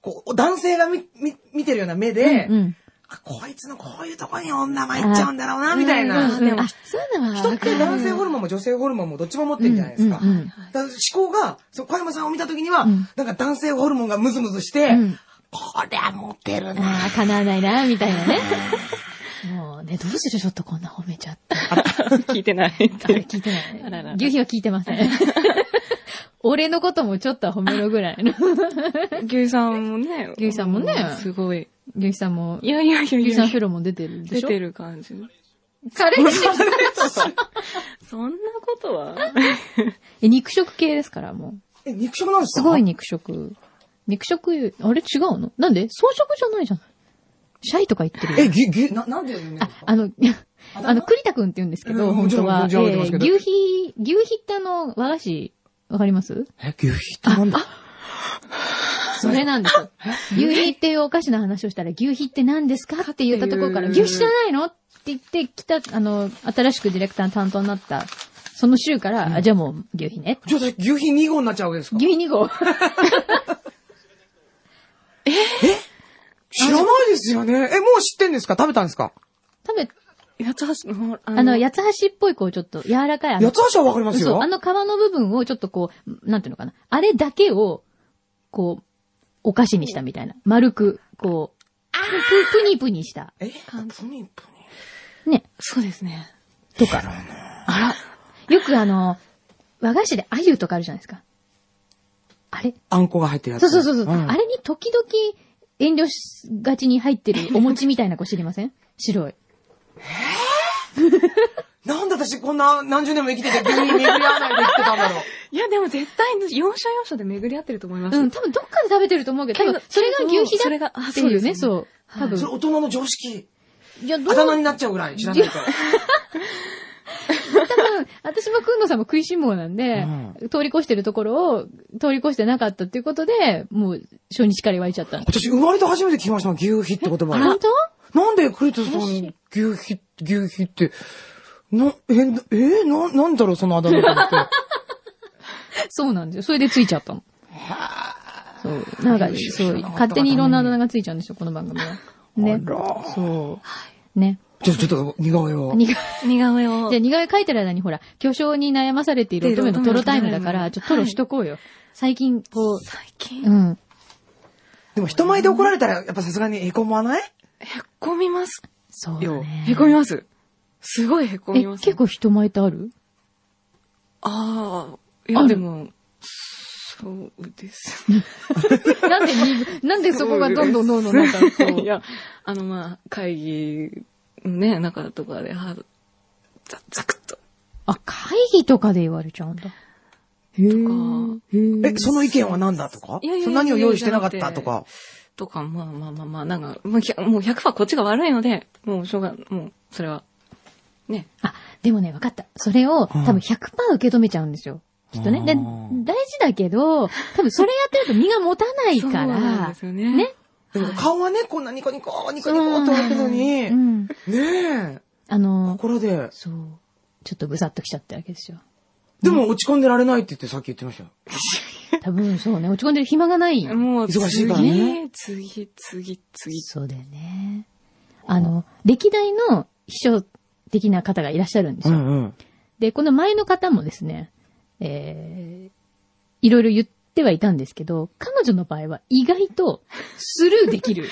こう、男性が見、見、見てるような目で、
うん。
あ、こいつのこういうとこに女参っちゃうんだろうな、みたいな。
うんうんうんあ、そういうのは
人っ
わかる。
て男性ホルモンも女性ホルモンもどっちも持ってるじゃないですか。
うんうんうん
だから思考が、そう、小山さんを見た時には、
うん
なんか男性ホルモンがムズムズして、
うん
こりゃモテるな。 *laughs*
ああ、叶わないな、みたいなね。もうね、どうするちょっとこんな褒めちゃって。
聞いてない。
*laughs* あれ聞いてない。
あららら
牛皮は聞いてません。俺のこともちょっとは褒めろぐらいの。
牛さんもね。
牛さんもね
うすごい。
牛皮さんも
い、やいやいやい
牛さ
や
んフェロモン出てるで
出
しょ
てる感じ。
彼氏
そんなことは
え肉食系ですから、もう。
え、肉食なんですか
すごい。肉食。肉食、あれ違うのなんで草食じゃないじゃない。シャイとか言ってるよ
え、ぎゅ、ぎゅ、な、なんで言うんです
あ
か、
あの、あの、栗田くんって言うんですけど、
うん
本当は
も、
え
ちろんもちろん
ー
もちろん
牛皮、牛皮ってあの、和菓子、わかります
え、牛皮ってなんだ
それなんですよ。牛皮っていうお菓子の話をしたら、牛皮って何ですかって言ったところから、牛皮じゃないのって言ってきた、あの、新しくディレクターの担当になった、その週から、あじゃあもう牛皮ね。
ちょっと牛皮2号になっちゃうわけですか
牛皮2号。
知らないですよね。え、もう知ってんですか食べたんですか
食べ、
*laughs* 八つ橋の、あ
あの、八つ橋っぽいこう、ちょっと柔らかい、あの
八、つ橋はわかります
そ
よ
う、あ。の皮の部分をちょっとこう、なんていうのかな。あれだけを、こう、お菓子にしたみたいな。丸く、こう、ぷ、ぷぷにぷにした。
え、プニプニ。
ね。
そうですね。
とか。あら。よくあの、和菓子で鮎とかあるじゃないですか。あれ
あんこが入ってるや
そう
つ。
そうそうそう、
ん
あれに時々遠慮しがちに入ってるお餅みたいな子知りません白い。
なんで私こんな何十年も生きてて牛皮巡り合わないで生きてたんだろう。
いや、でも絶対、要所要所で巡り合ってると思います。
うん、多分どっかで食べてると思うけど、多
け
分
ど
それが牛
そ
皮
れが
だ
あ
っていうね、
そ
そうう。多分。
それ大人の常識。
いや、ど
あ
う
だ名になっちゃうぐらい知らないから。
多分、私もくんのさんも食いしん坊なんで、通り越してるところを通り越してなかったっていうことで、もう初日から湧いちゃったの。
私生まれて初めて聞きました、牛皮って言葉。
本当
なんでクリトさん、牛皮、牛皮って、な、え、なえな、なんだろう、そのあだ名と思って。
そうなんですよ。それでついちゃったの。そう。なんか、そう、勝手にいろんなあだ名がついちゃうんですよ、この番組は。ね。そう。ね。
ちょ、ちょっと似顔絵を。
似顔
似顔絵を
じゃあ似顔絵描いてる間にほら、巨匠に悩まされている乙女のトロタイムだか
は
ら、
い
ちょっとトロしとこうよ。最近、こう、
最近、
う
へ
ん。
でも人前で怒られたら、やっぱさすがにへこまない
こみます
そうだ
よ。
ね。
へこみます。すごいへこ
え、
みます。 *laughs*
結構人前ってある
ああ、い
あ
や
る
でも、そうです。
なんでに、なんでそこがどんどんどんどんなんか
*laughs*
こ、
いうや、あの、まあ、会議、ね、中とかで、は、ざ、ざくっと。
あ、会議とかで言われちゃうんだ。へ
ー
え
え、その意見は何だとか
いやいやいや
その何を用意してなかっ
じ
たと
ゃ
か。
とか、まあまあまあまあ、なんか、まあひゃ、もう100%こっちが悪いので、もうしょうが、もう、それは。ね。
あ、でもね、分かった。それを、多
うん
分100%受け止めちゃうんですよ。きっとね。で、
あ
大
ー
事だけど、多分それやってると身が持たない
そう
か
なん
ら
で。すよね。
ね
でも顔はね、こんなニコニコ、ニコニコってなってるのに、
う
ね
ん。
え、
あの、
心で。
そう。ちょっとぐさっときちゃったわけですよ。
でも落ち込んでられないって言ってさっき言ってましたよ。
多分そうね、落ち込んでる暇がない。
もう、
忙しいからね
次、次、次、次。
そうだよね。あの、歴代の秘書的な方がいらっしゃるんですよ。
うん。
で、この前の方もですね、えー、いろいろ言ってはいたんですけど、彼女の場合は意外とスルーできる。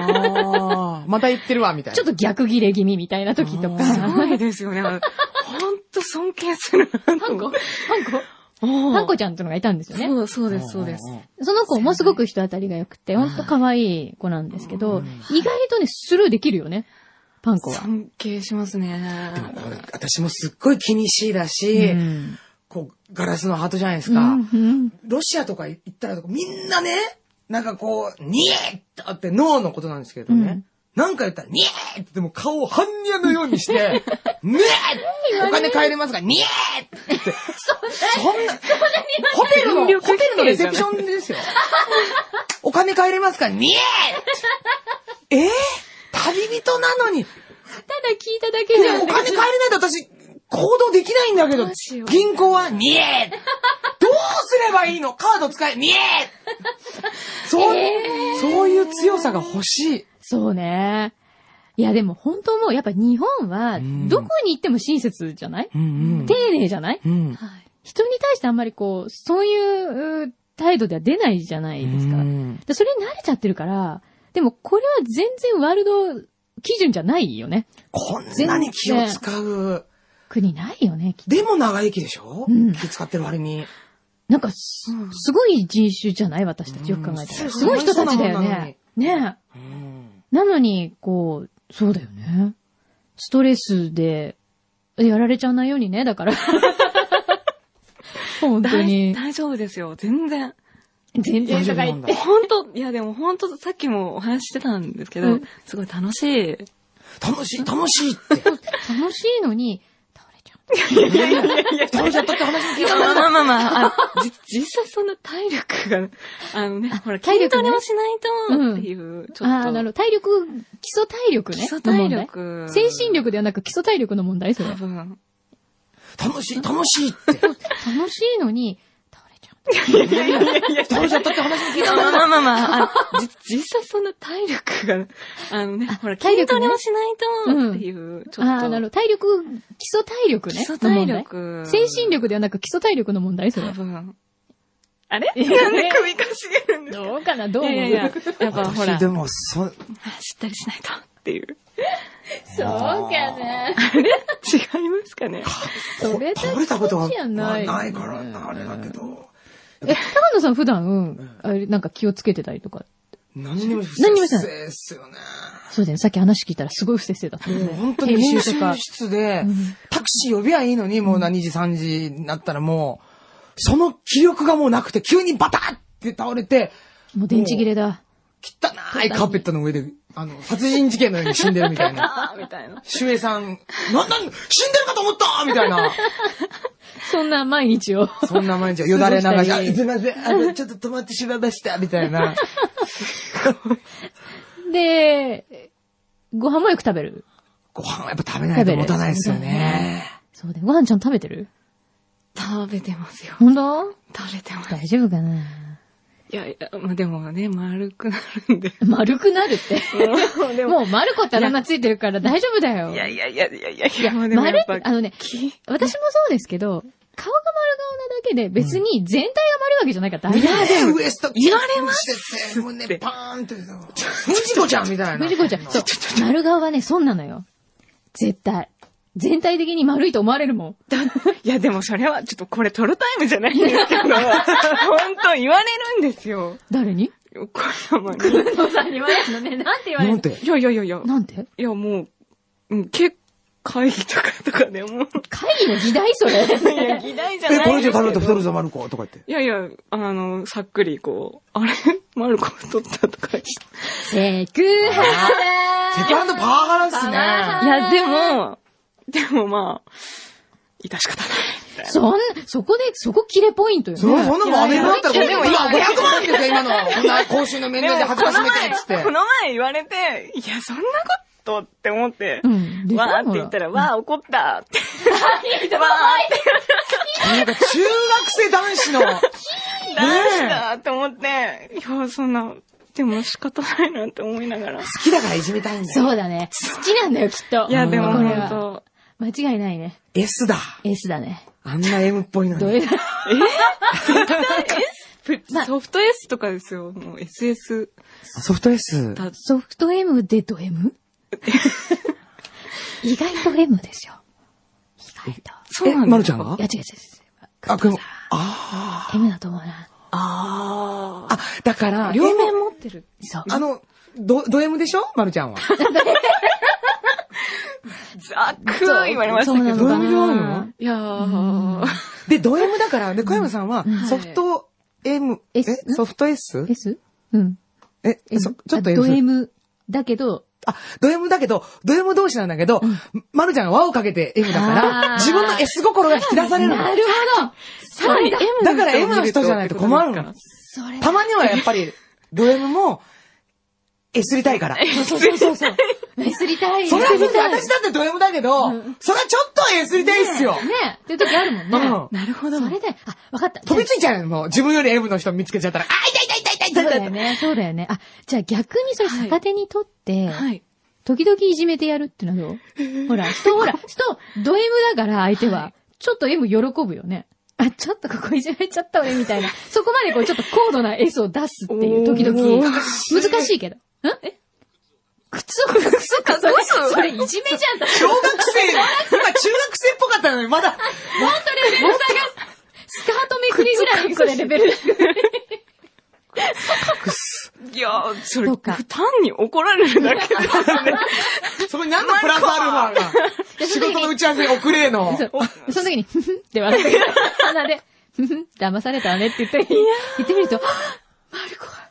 ああ、また言ってるわ、みたいな。
ちょっと逆切れ気味みたいな時とか。
あー
すごいですよね。ほんと尊敬するな
ハ
と
ンコ
思
ハ
う。
ンコハンコちゃんってのがいたんですよね。
そう、そうです、そうです。
その子もすごく人当たりが良くて、ほんと可愛い子なんですけど、意外とね、スルーできるよね。パンコは。
尊敬しますね。
でもこれ私もすっごい気にしいだし、
うん
こう、ガラスのハートじゃないです
う
か。
んうん
ロシアとか行ったらとか、みんなね、なんかこう、にえってって脳のことなんですけどね。なんか言ったら、にえってでも顔を半ニのように *laughs* して、にえお金帰れますが、にえって言って。そんな、ホテルの、ホ
全力
テルのレセプシ
否
ョンです *laughs* よ。お金帰れますかに *laughs* えってえー旅人なのに、
ただ聞いただけじゃ
お金帰れないと私、行動できないんだけど
どうしよ、う
銀行は、にえどうすればいいのカード使え、にえそう、そういう強さが欲しい。
そうね。いや、でも本当もう、やっぱ日本は、
ん
どこに行っても親切じゃない、
うん
丁寧じゃない
うん。
はい。
人に対してあんまりこう、そういうう態度では出ないじゃないですか。でそれに慣れちゃってるから、でもこれは全然ワールド基準じゃないよね。
こんなに気を使う。
国ないよね、きっと
でも長生きでしょ、
うん
気使ってる割に。
なんかす、
うん
すごい人種じゃない私たちよく考えた
う
ら。
ん
すごい人たちだよね。ねえ。
うん
なのに、こう、そうだよね。ストレスで、やられちゃわないようにね、だから。本当
大
に。
大丈夫ですよ。全然。
全然社会
大丈夫な
っ
んだ
て。
本当いやでも本当さっきもお話ししてたんですけど、
うん
すごい楽しい。
*laughs*
楽しい、楽しいって。
楽しいのに、倒れちゃう。
倒れちゃったって話も聞いた
まあまあまあ、あじ実際そんな体力が、あのね、ほら、
体
筋
力ね
トレをしないとっていう、ちょっ
あ
と。
あー、なるほど。体力、基礎体力ね。
基礎体
の問
力。
題精神力ではなく基礎体力の問題、それ
多。分。
楽しい、楽しいって。
楽しいのに、倒れちゃう。
倒れちゃったって話も聞いた
まあまあまあまあ、あじ実際そんな体力が、あのね、ほら、
体
筋
力ね
トレをしない
うん
とっていう、ちょっと。
ああー、なるほど。体力、基礎体力ね。
基礎体
の問
力。
題精神力ではなく基礎体力の問題、それ
多。分。あれ
いや
なんで首かしげるんですか
どうかな、どう
い
思
や
う
いやいや、やっ *laughs* ぱほら、
私
知
で
っ
も、そ、
たりしないとっていう。
そうかな。
違いますかね
それだ
倒れたことは
じゃ
な
ないい。
からな、あれだけど。
え、高野さん普段、あれ、なんか気をつけてたりとか。
何にも不
何にも
摂
してない
生っすよね。
そうだよね。さっき話聞いたらすごい不摂生だったよね。
もう本当に
編
編
集とか
集室で、タクシー呼びゃいいのに、もう何時3時になったらもう、その気力がもうなくて、急にバタッって倒れて、
もう電池切れだ。
汚いカーペットの上で、あの、殺人事件のように死んでるみたいな。 *laughs*
あーみたいな。
シュエさん、なんなん、死んでるかと思ったみたいな。
そんな毎日を。
そんな毎日はよだれ流
過ごし
し、
た
あ
り
すいません、あの、ちょっと止まってしまいました、みたい *laughs* な。
で、ご飯もよく食べる。
ご飯はやっぱ食べないと持たないですよね。
そうだよ。ご飯ちゃんと食べてる
食べてますよ。
本当
食べてます。
大丈夫かない
やいや、まあでもね、丸くなるんで。
丸くなるって。
でも、
もう丸子ってあだ名ついてるから大丈夫だよ。
いやいやいやいやいやい
いや、
や、まあでも
丸
やっ
って
ぱ、、
あのね、
き
私もそうですけど、顔が丸顔なだけで別に全体が丸いわけじゃないから大丈夫。
ねウエスト言われます胸パーンって。藤子ちゃんみたいな。
藤子ちゃん、そう、丸顔はね、損なのよ。絶対。全体的に丸いと思われるもん。
いや、でもそれは、ちょっとこれ撮るタイムじゃないんですけ *laughs* ど、本当言われるんですよ。
誰に
横山に。
工藤さんに言われるのね。なんて言われ
な
る
んて。
いやいやいやいや、
なんて
いやもう、うん、結構、会議とかとかでもう、
会議の議題それ。
いや、議題じゃ
え、
ない
これ
ん
以上食べる
で
と
すけ
太
ど
るぞ、マルコとか言って。
いやいや、あの、さっくりこう、あれ *laughs* マルコ太ったとか
*laughs*
言って
セクハ
セクハンドパワハラっす
パワハ
ね。
ラ
いや、でも、でもまあ、致し方ない。みた
ラ
いな
そん、そこで、そこ切れポイントよね。
そう、そんなもんアメリカだったら、これ
いや
で
で
も
も
今
いや
500万ですよ、今の。こんな公衆の面倒で恥ずかしめてっつっ
でもこ
て。
の前言われて、いや、そんなことって思って、
うんでしょ
わーって言ったら、わー怒ったって。わ
なんか中学生男子の、
ー男子だって思って、いや、そんな、でも仕方ないなって思いながら。
好きだからいじめたいんだよ。
そうだね。好きなんだよ、きっと。
いや、でも
これ
本
は。
当
間違いないね。
S だ。
S だね。
あんな M っぽいの
どう
に。
いう、まあ
ソフト S とかですよ、もう SS。
ソフト S。
だ
ソフト M でド *laughs* M? 意外と M ですよ。意外と。
そう
え、
なん
マ
だ
ルちゃんが
いや、違う違う違う。
あ、でも、
M だと思うな。
あ、だから、両面も。
そう。
あの、ド、ド M でしょマルちゃんは。
ざっくー言われましたけ
そう
ど。
ド
なのか
M である
な
の
いやー。
で、ド M だから、で、小山さんは、ソフト M、え、
S
ソフト S?
S? うん。
え、
M
そちょっと
あド
M。
M だけど、
あ、ド M だけど、ド M 同士なんだけど、まるちゃんが輪をかけて M だか
あ
ら、
ー
自分の S 心が引き出されるの。
なるほど
*laughs*
それだ
だから M の人じゃないと困るの。
それだ
たまにはやっぱり、ド M も、えすりたいから。
そうそうそうそう。えすりたい。
それは
えすり
私
たい。ね
だってド M だけど、それはちょっとえすりたいっすよ。
え、っていう時あるもんね。
うん
なるほど。
それで、あ、わかった。
飛びついちゃうよ、もう。自分より M の人見つけちゃったら、あ、痛い痛い痛い痛
そ
い
う
痛い
だ
痛
よ
い。
ね。そうだよね。あ、じゃあ逆にそれ
はい
逆手にとって、
はい。
時々いじめてやるってのはどう *laughs* ほら、人、ほら、人、ド M だから相手は、ちょっと M 喜ぶよね。あ、ちょっとここいじめちゃった俺みたいな。 *laughs* そこまでこう、ちょっと高度な S を出すっていう、時々。
おー
難しいけど。んえ靴を、靴か、それ、それいじめじゃん。
*laughs* 小学生、今中学生っぽかったのに、まだ、
本当レベル差が、スカートめくりぐらい、これレベ *laughs* ル差が。
いやー、それ、
そうか
単に怒られるだけですよね。
そこに何のプラスアルファが、仕事の打ち合わせに遅れの。
そうその時に、ふふんって笑って、鼻で、ふふん、騙されたわねって言ったり、言ってみると、はっマルコは、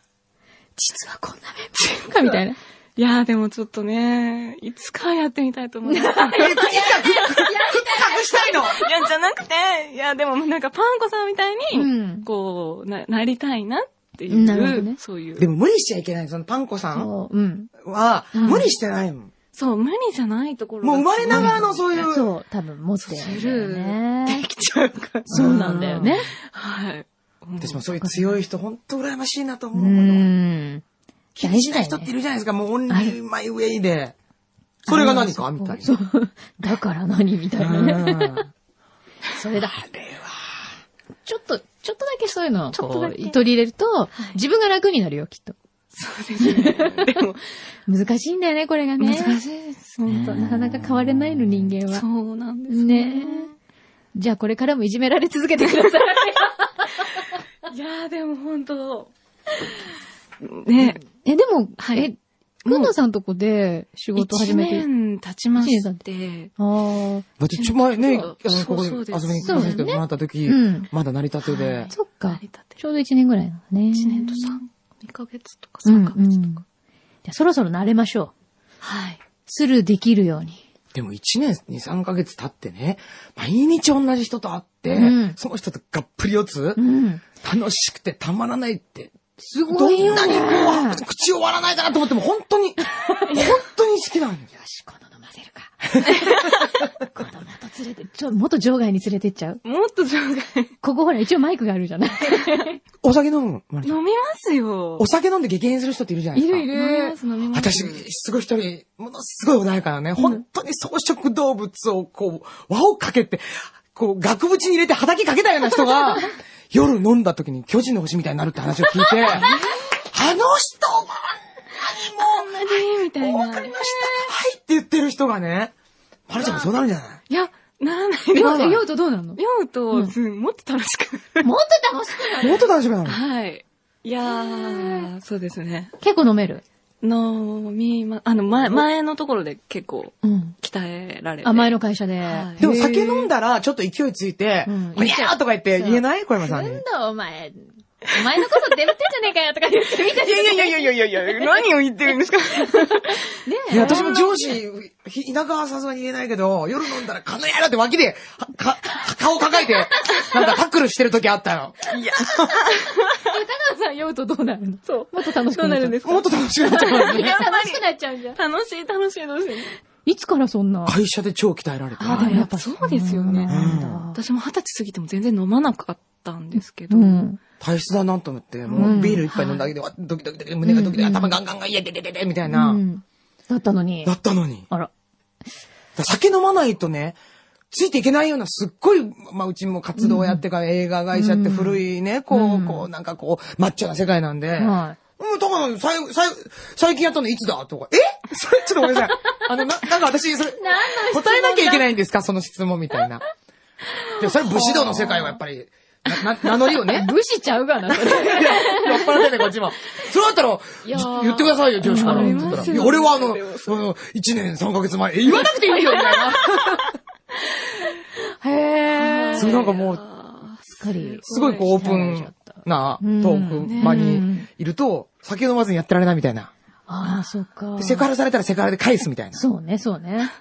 実はこんな面目か、みたいな。
*laughs* いやー、でもちょっとね、いつかはやってみたいと *laughs* 思います。
え、靴が、靴隠したいの。
いや、じゃなくて、いや、でもなんかパンコさんみたいに、
うん
こうな、なりたいなってい
なるほど
う、
ね
そうい
で
う。
も無理しちゃいけない。そのパンコさん
そう、うん。
は、
うん
無理してないもん。
そう、無理じゃないところが
もう生まれながらのそういう、
そう、多分持ってるんだよ
で
ね。
きちゃうから。
そうなんだよね。
はい。
私もそういう強い人、本当羨ましいなと
う
思うもの。
ん。
気にしない人
大事だよね
っているじゃないですか。もうオンリーマイウェイで。それが何かみたい
そ
な。
う。だから何みたいなね。
うん
それだ。ちょっと、ちょっとだけそういうのを
ちょっと
こ
だ
う
け
取り入れると、自分が楽になるよ、きっと。
でも、
難しいんだよね、これがね。
難しいです
ほん
ね。
となかなか変われないの、人間は。
そうなんです。
ねえ。じゃあこれからもいじめられ続けてください。
いやー、でも本当ね、
*laughs* え、でも、
はい
え、くんのさんとこで仕事始
一
めて。
年経ちまして、
ああ。
だってちょ前ね、
そう
あのここに
そ
遊
う
び
で
に
す
来させてもらった時
うん、
まだ成り立てで。
そっか
成り立。て
ちょうど1年ぐらいなのね。
一年と三、二ヶ月とか
うん
三ヶ月と
うん
か。
じゃあそろそろ慣れましょう。
はい。
スルーできるように。
でも1年2、3ヶ月経ってね、毎日同じ人と会って、
うん
その人とがっぷり四つ、
うん。
楽しくてたまらないって、
す
ど
ごい
ん
よ
な
ね。
にこうあ、口を割らないかなと思っても、本
*laughs*
当に、本当に好きなのよ。
よし、この飲ませるか。 *laughs* このまと連れて、ちょ、もっと場外に連れてっちゃう
もっと上外。
ここほら、一応マイクがあるじ *laughs* ゃない
お酒飲むの
飲みますよ
お。酒飲んで激変する人っているじゃない
い
ですか。
るい
飲み
る
ま。す、飲みます。
私、すごい一人、ものすごい穏やかなね、本当に草食動物をこう、輪をかけて、こう、額縁に入れて叩きかけたような
*laughs*
人が、夜飲んだ時に巨人の星みたいになるって話を聞い
*laughs*
て、あの人が
同じみたい
わ
な
か。りました。はいって言ってる人がね、パラちゃんもそうなるんじゃない
*laughs*
いや、ならない
酔
で
う
す。
酔うとどうなるのもっ
酔う
う
と、
ん
すもっと楽しく。
*laughs* と楽しくなる
もっと楽しくなる。
はい。いやー、そうですね。
結構飲める。
飲みま、あの、前、前のところで結構
うん。
鍛えられて。
あ、前の会社で。
はい
でも酒飲んだら、ちょっと勢いついて、
うん
おにゃーとか言って言えない小山さんに。
なんだお前、お前のこそ出まってんじゃねえかよとか言ってみたい
いやいやいやいやいやいやいや、何を言ってるんですか
いや、私も上司、ひ田舎はさすがに言えないけど、夜飲んだら、この野郎って脇で、はか、顔抱えて、なんかタックルしてる時あったよ。
高野さん酔うとどうなるの
*laughs* そう。
もっと楽しく
どう
なっちゃ
なる
うん
ですか
もっと楽しくなっちゃうよね。
楽しくなっちゃうんじゃん。
*laughs* 楽しい楽しい楽しい。
いつからそんな。
会社で超鍛えられて。
あ、でもやっぱそうですよね。
うん
私も二十歳過ぎても全然飲まなかったんですけ
う
ど、
ん。
体質だなと思って、もうビール一杯飲んだだけで、わドキドキドキ、胸がドキドキ、頭ガンガンガン、いや、ででででみたいな、
うんだったのに
だ。ったのに。だか
あら。
ら酒飲まないとね、ついていけないような、すっごい、まあ、うちも活動をやってから映画会社って古いね、こう、こう、なんかこう、マッチョな世界なんで、
は
うん、だから、最後、最後、最近やったのいつだとか、え *laughs* それ、ちょっとごめんなさい。あの、な、なんか私、それ、答えなきゃいけないんですかその質問みたいな。で、それ武士道の世界はやっぱり、な、な名乗 *laughs* りを
い。
ね。
武士ちゃうがな、それ。
いや酔っ払ってね、こっちも。それだったら、じ言ってくださいよ、上司から。
あり
言
ます
っ
よ
たらいや俺はあの、その、1年3ヶ月前、え言わなくていいよ、みたいな。
へー。
そう、なんかもう、
すっかり。
すごいこう、オープンなトーク場にいると、酒飲まずにやってられないみたいな。
ああ、そうか
で。セクハラされたらセクハラで返すみたいな。
そうね、そうね。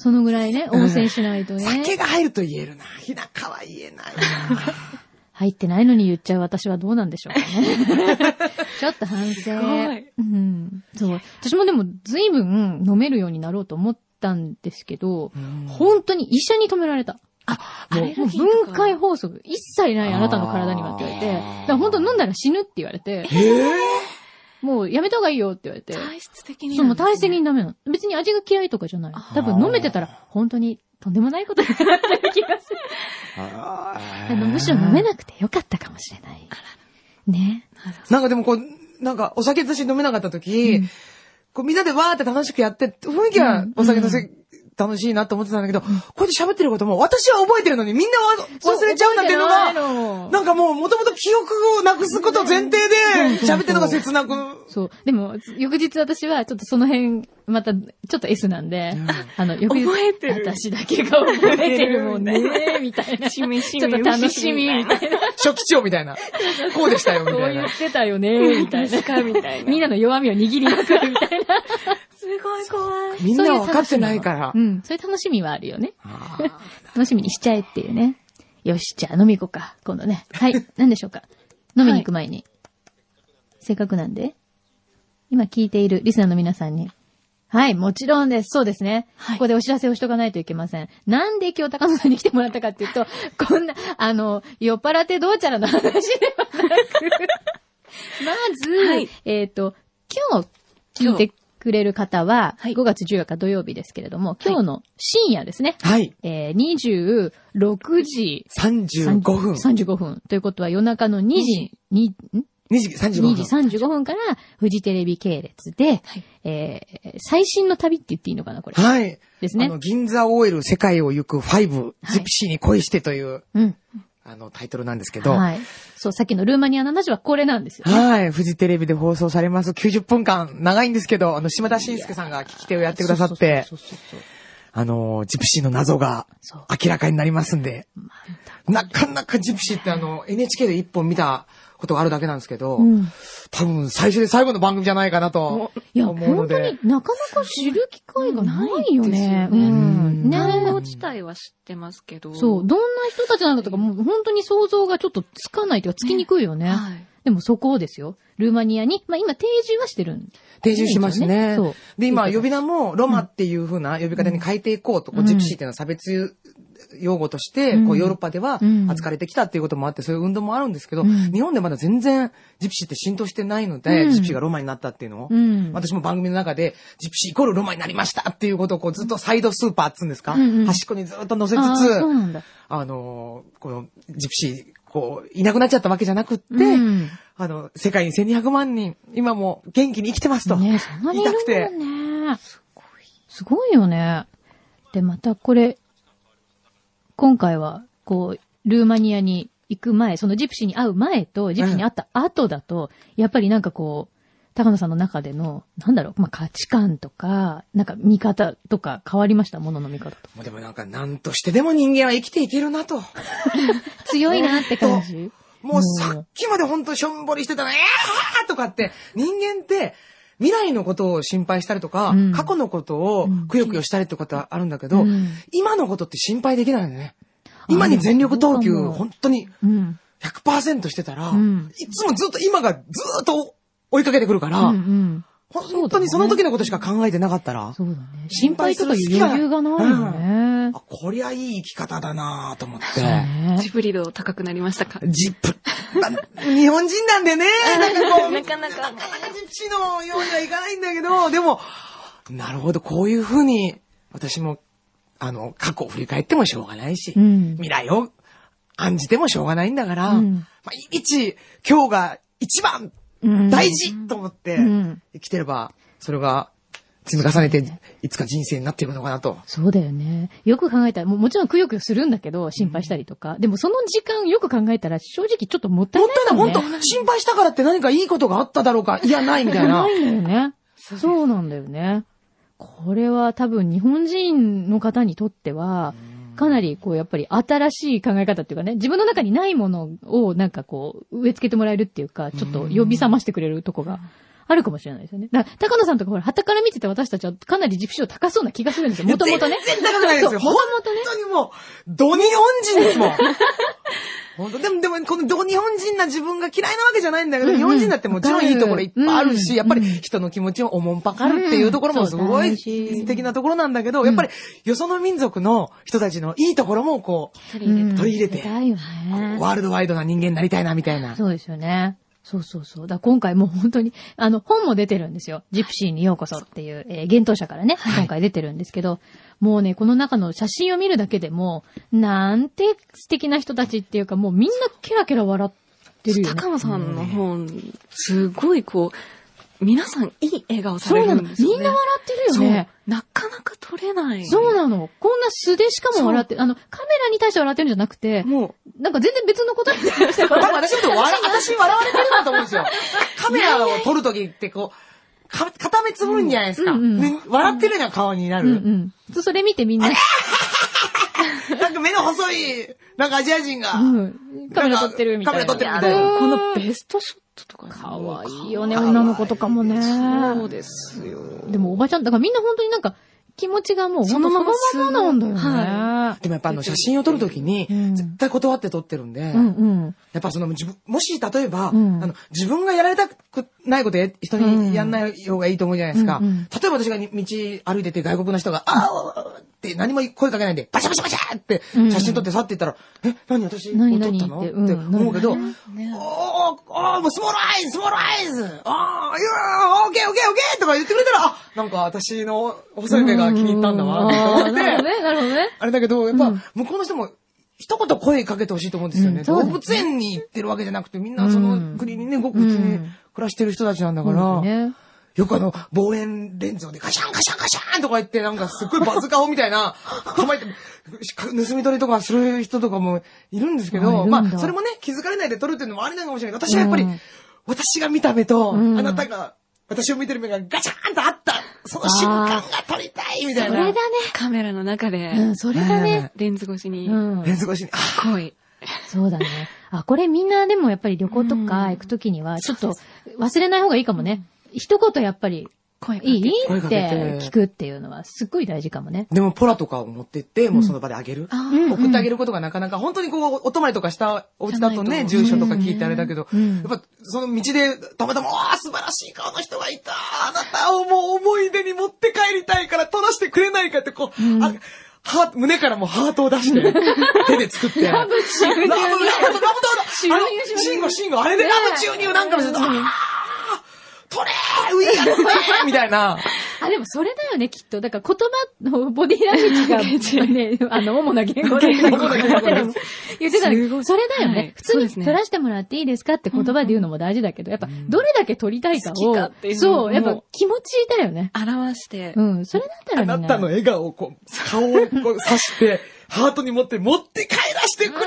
そのぐらいね、応戦しないとね。
酒が入ると言えるな。日高は言えないな。
入ってないのに言っちゃう私はどうなんでしょうかね。
*laughs*
ちょっと反省。
ごい
うん。そう。私もでも随分飲めるようになろうと思ったんですけど、本当に医者に止められた。あ、
ア
も
レル
う
ギーと
分
か
解法則、一切ないあなたの体にはって言われて、だから本当飲んだら死ぬって言われて、もうやめた方がいいよって言われて、
体質的に
そ
な
うんも
で
う
すね。
体制にダメなの。別に味が嫌いとかじゃない。多分飲めてたら本当にとんでもないことになってる気がする。 *laughs* あの、むしろ飲めなくてよかったかもしれない。ね。
なんかでもこう、なんかお酒私飲めなかった時、こうみんなでわーって楽しくやって、雰囲気はお酒のせ、楽しいなと思ってたんだけど、こうやって喋ってることも私は覚えてるのにみんなわ忘れちゃうんだっていうの
覚えて
が、
ないの
なんかもう元々記憶をなくすことを前提で喋ってるのが切なく。
そう。でも、翌日私は、ちょっとその辺、また、ちょっと S なんで、あの、翌日、
覚えてる
私だけが覚えてるもんね、みたいな。
しみしみ
ちょっと楽しみ、みたいな。
初期長みたいな。こうでしたよ、み
こう
たい
言
な。
ってたよね、みたいな。
かみたいな。
*laughs* みんなの弱みを握りまくるみたいな。
すごい怖い。
みん
そう
な
いう
は分か
楽
っ
してみは
ないから
う。ん。そういう楽しみはあるよね。 *laughs* 楽しみにしちゃえっていうね。よし、じゃあ飲み行こうか。今度ね。はい。何でしょうか。飲みに行く前に。せっかくなんで。今聞いているリスナーの皆さんに。はい、もちろんです。そうですね。ここでお知らせをしとかないといけません。なんで今日高野さんに来てもらったかっていうと、 *laughs* こんな、あの、酔っ払ってどうちゃらの話ではなく、
*laughs*
まず、
はい
えっ、と、今日聞いてくれる方は、
はい
5月14日土曜日ですけれども、今日の深夜ですね。
はい。
えー、26時
35分。
35分。ということは夜中の2時、にん
2時、35
2
分。
時35分からフジテレビ系列で、
はい
えー最新の旅って言っていいのかな、これ。
はい。
ですね
あの、銀座 OL 世界を行く5、
はい
ゼピシーに恋してという、
うん。
あの、タイトルなんですけど、はい。
はい。そう、さっきのルーマニアの話はこれなんですよ。
フジテレビで放送されます。90分間、長いんですけど、あの、島田紳介さんが聞き手をやってくださって
そ、うそうそうそう
あの、ジプシーの謎が
そう
明らかになりますんで、
また
なかなかジプシーってあの、NHK で一本見たことがあるだけなんですけど、
うん。
多分最初で最後の番組じゃないかなと
いや、
思うの
本当
で
に、なかなか知る機会がないよね。
ないですよね
うん。
単
ね
語自体は知ってますけど。
そう、どんな人たちなんだとか、もう本当に想像がちょっとつかないというか、つきにくいよね。
はい。
でもそこをですよ。ルーマニアに、まあ今定住はしてるん
定住してますね
そう。
で、今、呼び名もロマっていう風な呼び方に変えていこうと、こ
う
うんジプシーっていうのは差別用語として、
うん
こうヨーロッパでは
うん
扱われてきたっていうこともあって、そういう運動もあるんですけど、
うん
日本でまだ全然ジプシーって浸透してないので、
うん
ジプシーがロマになったっていうのを、
うん
私も番組の中で、ジプシーイコールロマになりましたっていうことをこうずっとサイドスーパーっつうんですか、
うんうん
端っこにずっと載せ
あ
つ
あ
つ、
そうなんだ。
あのーこのジプシー、こう、いなくなっちゃったわけじゃなくって、
うん
あの、世界に1200万人、今も元気に生きてますと。
ねそんなにいる
痛くて
もんね。すごいよね。で、またこれ、今回は、こう、ルーマニアに行く前、そのジプシーに会う前と、ジプシーに会った後だと、やっぱりなんかこう、高野さんの中での、なんだろう、まあ、価値観とか、なんか見方とか変わりました、ものの見方と。
もうでもなんか、なんとしてでも人間は生きていけるなと。
強いなって感じ。
もうさっきまでほんとしょんぼりしてたの、えーとかって、人間って、未来のことを心配したりとか、
うん
過去のことをくよくよしたりってことはあるんだけど、
うん
今のことって心配できないのね。今に全力投球、
あーそうかも
本当に
うん。
100%してたら、
うん
いつもずっと今がずっと追いかけてくるから、
うんうん。
本当にその時のことしか考えてなかったら、
そうだね。
心
心
配
配
す
と
る
か
隙
いう
が
余裕がないよね。
あ、こりゃいい生き方だなと思って。
ね
ジブリ度高くなりましたか
ジップ。ま日本人なんでね、なんかこう、
なかなか。
ジプシーのようにはいかないんだけど、でも、なるほど、こういうふうに、私も、あの、過去を振り返ってもしょうがないし、
うん
未来を案じてもしょうがないんだから、
うん
まあ、一、今日が一番
うん
大事と思って
うん、
生きてれば、それが積み重ねて、いつか人生になっていくのかなと。
そうだよね。よく考えたら、ももちろんくよくよするんだけど、心配したりとか。でもその時間よく考えたら、正直ちょっともったい
もっ
ない
たい
よ
な
ね。
い、本当心配したからって何かいいことがあっただろうか、いや、ないみたいな
な。いんだよね。そうなんだよね。これは多分日本人の方にとっては、かなりこうやっぱり新しい考え方っていうかね、自分の中にないものをなんかこう植え付けてもらえるっていうか、ちょっと呼び覚ましてくれるとこがあるかもしれないですよね。だから高野さんとかほら、旗から見てて私たちはかなりジプシーを高そうな気がするんですよ。もともとね。
全然高くないですよ。
そう
本
もともとね。
当にもう、ド日本人ですもん。本当でも、でも、このド日本人な自分が嫌いなわけじゃないんだけど、
うんうん
日本人だってもちろんいいところいっぱいあるし、
うん
やっぱり人の気持ちをおもんぱかるっていうところもすご
うん
い
そうだね
素敵なところなんだけど、やっぱり、よその民族の人たちのいいところも、こ
取り入れて
取り入れて
だよ
う、
ね。
ワールドワイドな人間になりたいな、みたいな。
そうですよね。そうそうそう。だから今回もう本当に、あの、本も出てるんですよ。ジプシーにようこそっていう、えー、幻冬者からね、今回出てるんですけど、もうね、この中の写真を見るだけでも、なんて素敵な人たちっていうか、もうみんなケラケラ笑ってるよね。
高野さんの本、すごいこう、皆さんいい笑顔さ
そう
れ
な
る
の。
んですよ、ね。
みんな笑ってるよね。
そうなかなか取れない。
そうなの。こんな素でしかも笑ってる。あの、カメラに対して笑ってるんじゃなくて、
も
なんか全然別のことに対して
多分
笑ってる。
私のこと笑、私笑われてるなと思うんで
*laughs*
すよ。カメラを撮るときってこう、か、片目つぶるんじゃないですか。
うんうん
ね笑ってるような顔にな
う
る。
んうんそう。それ見てみんな、
なんか目の細い、なんかアジア人が、
うん。カメラ撮ってるみたいな。
カメラ撮って
う、
るみたいな。
このベストショットとか、
かわいいよね、
可愛い
女の子とかもね。
そうですよ。
でもおばちゃん、だからみんな本当になんか気持ちがもう
そのまま
そのままなんだよね。
は
でもやっぱあの写真を撮るときに
うん、
絶対断って撮ってるんで、
うんうん。
やっぱその自分、もし例えば、
うん
あの自分がやられたくないことや人にやんない方がいいと思うじゃないですか。
うんうん
例えば私が道歩いてて外国の人が、あーって何も声かけないで、バシャバシャバシャって
うん
写真撮って去っていったら、え、何私
何
を撮ったの
何
っ
っててうん
思うけど、
な
おー、おー、もうスモールアイズ、スモールアイズ、あー、いやー、オーケーオーケーオーケーとか言ってくれたら、あ、なんか私の細い目が気に入ったんだわ、と
あ
思
ー
って
なるほどね、なるほどね。
あれだけど、やっぱ、向こうの人も、一言声かけてほしいと思うんですよね。
うんそうだね
動物園に行ってるわけじゃなくて、みんなその国にね、ごく普通に暮らしてる人たちなんだから、
そうだね
よくあの、望遠レンズでカシャンカシャンカシャンとか言って、なんかすっごいバズ顔みた
*laughs*
いな、構えて、盗み取りとかする人とかもいるんですけ
あいる
ど、
んだ
まあ、それもね、気づかれないで撮るっていうのもありなのかもしれないけど、私はやっぱり、
うん
私が見た目と、
ん
あなたが、私を見てる目がガチャーンとあった、その瞬間が撮りたいみたい
それ
な。
だね。
カメラの中で
う、ん、それだね。
レンズ越しに
う、ん
レ。ンズ越しに、あー
恋。
そうだね。あ、これみんなでもやっぱり旅行とか行くときには、ちょっと忘れない方がいいかもね。一言やっぱり、
恋。
いい
声
っ
かけ
て
て
聞くっていうのはすっごい大事かもね。
でも、ポラとかを持ってって、もうその場であげる。
あ
うん
ー
送ってあげることがなかなか、本当にこう、お泊まりとかしたお家だとね、
じゃな
住
いと
所とか聞いてあれだけど、
うん
やっぱ、その道で、たまたま、ああ、素晴らしい顔の人がいた、あなたをもう思い出に持って帰りたいから、撮らせてくれないかって、こう、あハート胸からもうハートを出して、手で作って。ラブ注入。ラブ、ラブ、ラブ、ラブ、
注入
あのシンゴ、シンゴ、あれでラブ注入なんかもすると、ああ、撮れーウィーアスねーみたいな。
あ、でもそれだよね、きっと。だから言葉のボディラ *laughs* ンゲージが、ね、あの、主な言語で
主な言語です
言ってたんだ
す
け
ご
ど、
い
それだよ
はい
ね。普通
そう
に
ですね
取らせてもらっていいですかって言葉で言うのも大事だけど、やっぱどれだけ取りたいか
好
を
きかっていう、のも
そう、やっぱ気持ちだよね。
表して
う、ん、それだったら
あ
みんな。
なたの笑顔をこう、顔をこう刺して、ハートに持って、持って帰らしてくれ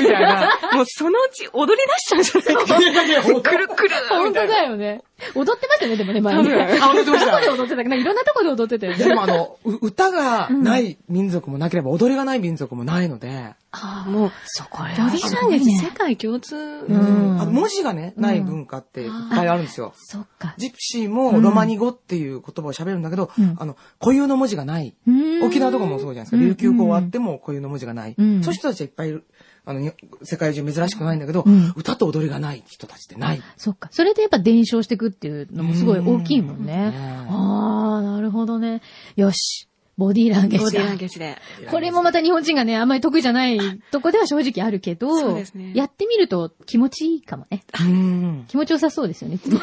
みたいな。
もうそのうち踊り出しちゃうんじゃないかくる *laughs* くる
本
み
当
たいな。
だよね。踊ってましたよね、でもね、前に。
多分
あ、踊ってまし
どこ
た
で。踊ってたかないろんなとこで踊ってたよ
で
ね。
もあの、う歌がない民族もなければ、踊りがない民族もないので、
ああ、もう、そこボディ
すごいね
ランゲージ世界共通。
うん
あの文字がね、ない文化っていっぱいあるんですよ。
そっか。
ジプシーもロマニ語っていう言葉を喋るんだけど、
うん
あの、固有の文字がない。沖
沖
縄とかもそうじゃないですか。琉球語はあっても固有の文字がない。
うん
そういう人たちはいっぱいいる。あの、に世界中珍しくないんだけど、
うん
歌と踊りがない人たちってない。
そっか。それでやっぱ伝承していくっていうのもすごい大きいもん
うん
ね。ああ、なるほどね。よし。ボディーランゲー
ボ
ジ
ディラ
だ
ン。ゲージで。
これもまた日本人がね、あんまり得意じゃないとこでは正直あるけ
そう
ど、
ですね
やってみると気持ちいいかもね。
うん
気持ちよさそうですよね、いつも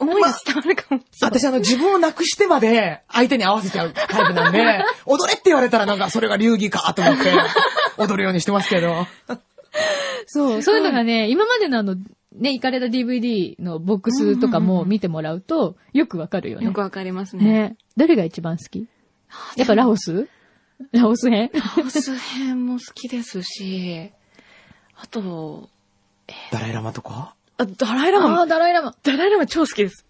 思いが伝わるかも。
私あの自分をなくしてまで相手に合わせちゃうタイ
*laughs*
プなんで、踊れって言われたらなんかそれが流儀かと思って踊るようにしてますけど。
*laughs* そう、そういうのがね、今までのあの、ね、行かれた DVD のボックスとかも見てもらうと、よくわかるよね。
よくわかりますね。
ね。誰が一番好きやっぱラオスラオス編
ハウス編も好きですし、あと、
ダライラマとか
あダライラ
ああ
マ
ー、、ダライラマ。
ダライラマ超好きです。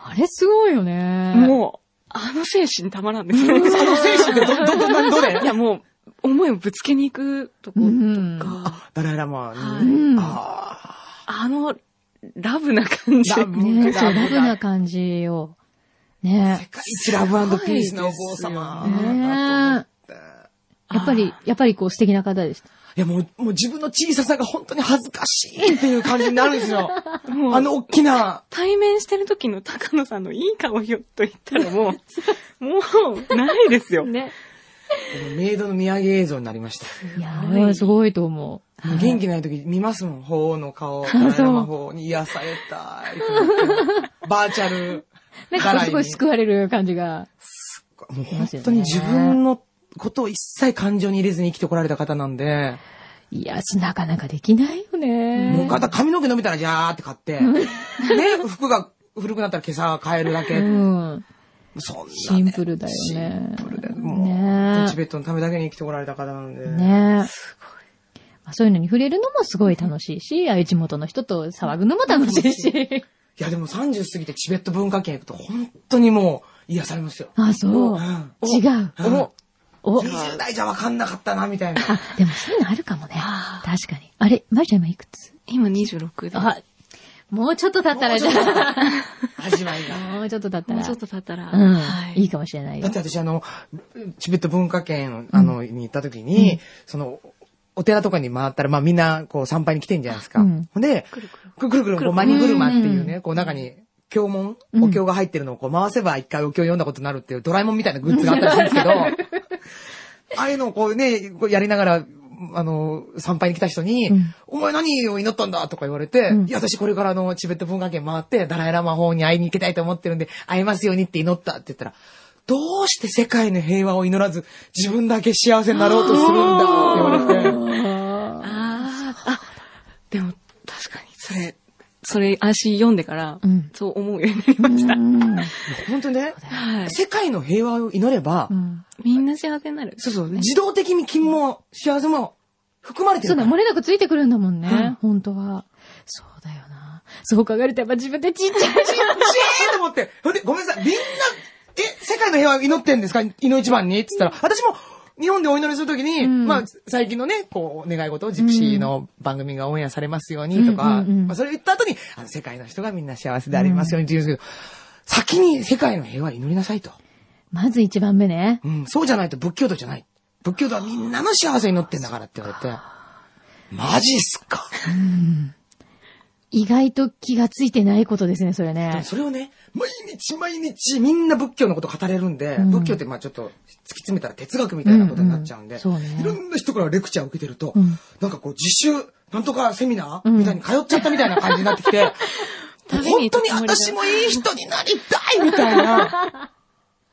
あれすごいよね。
もう、あの精神たまらんですね。
あの選
*laughs*
手ってど、ど、ど、ど、どれ
いや、もう、思いをぶつけに行くとこ
うん
とか、
ダライラマ
は
に。
うん。
あ
あの、ラブな感じ。
ーラブ
ねそう、ラブ
だ
な感じを。ね
世界一ラブピースのお坊様
ね
だと思って。
やっぱり、やっぱりこう素敵な方でした。
いやもう、もう自分の小ささが本当に恥ずかしいっていう感じになるんです
*laughs*
よ。
もう
あの大きな、
対面してる時の高野さんのいい顔よと言ったらもう、もう、ないですよ。
ね。
メイドの土産映像になりました。
いや、あれはすごいと思う。
もう元気ない時見ま
*laughs*
すもん、鳳凰の顔、
そう
ダイナマ鳳凰に癒されたいと思って。バーチャル。
*laughs* なんかこうすごい救われる感じが。
もう本当に自分のことを一切感情に入れずに生きてこられた方なんで、
いや、なかなかできないよ
もう
ね。
方髪の毛伸びたらじゃーって買っ
*laughs*
て、ね、服が古くなったら今朝変えるだけ。
うん。
そんな。
シンプルだよね。
シンプルで、
ね
もう、チベットのためだけに生きてこられた方なんで。
ねすごい。まあそういうのに触れるのもすごい楽しいし、ああいう地元の人と騒ぐのも楽しいし。
いや、でも30過ぎてチベット文化圏行くと本当にもう癒されますよ。
あ、そう。
ん
違う。
お
お、
20代じゃ分かんなかったな、みたいな。
あ、でもそういうのあるかもね。確かに。あれ、まるちゃん今いくつ
今26で。
あ、もうちょっと経ったらじゃ
味わいが。
*laughs* あ。もうちょっと経った
もう
ら
ちょっ。と経ったら、
うん
は。い。
いいかもしれない
だ
よ
って。私、あの、チベット文化圏、あの、に行った時に、その、お寺とかに回ったら、まあみんな、こう、参拝に来てんじゃないですか。
うん
ほんで、
くるくる。
くるくる、こう、マニ車っていうね、こう、中に、経文、お経が入ってるのをこう回せば一回お経読んだことになるっていうドラえもんみたいなグッズがあったりするんですけど、ああいうのをこうね、こうやりながら、あの、参拝に来た人に、
ん
お前何を祈ったんだとか言われて、いや、私これからあの、チベット文化圏回って、ダライラマ法に会いに行きたいと思ってるんで、会えますようにって祈ったって言ったら、どうして世界の平和を祈らず、自分だけ幸せになろうとするんだって言われて、
ああ、あ、でも、確かに、それ、それ、足読んでから、
うん
そう思うようになりました。
本当にね、
はい。
世界の平和を祈れば、
うん
みんな幸せになる。
そうそう、自動的に金も幸せも含まれて
そ
る
う
か
だ、
ら。
漏れなくついてくるんだもんね。本当は。そうだよな。そう考えるとやっぱ自分でちっちゃい。 *laughs*
ちっちゃいと思って。ほんで、ごめんなさい。みんな、え、世界の平和を祈ってんですか祈一番にって言ったら、私も、日本でお祈りするときに、
ん
まあ、最近のね、こう、願い事をジプシーの番組がオンエアされますようにとか、
うんうんうん
まあ、それ言った後に、あの、世界の人がみんな幸せでありますようにって言うんですけど、先に世界の平和を祈りなさいと。
まず一番目ね。
うん、そうじゃないと仏教徒じゃない。仏教徒はみんなの幸せを祈ってんだからって言われて、マジっすか。
意外と気がついてないことですね、それ
でも
ね。
それをね、毎日毎日みんな仏教のこと語れるんで、
ん
仏教ってまあちょっと突き詰めたら哲学みたいなことになっちゃうんで、
うんうんそうね
いろんな人からレクチャーを受けてると、
ん
なんかこう自習、なんとかセミナーみたいに通っちゃったみたいな感じ
*laughs*
になってきて、
旅に
本
行
当
く
に
つもりだ
*laughs*
私もいい人になりたいみたいな、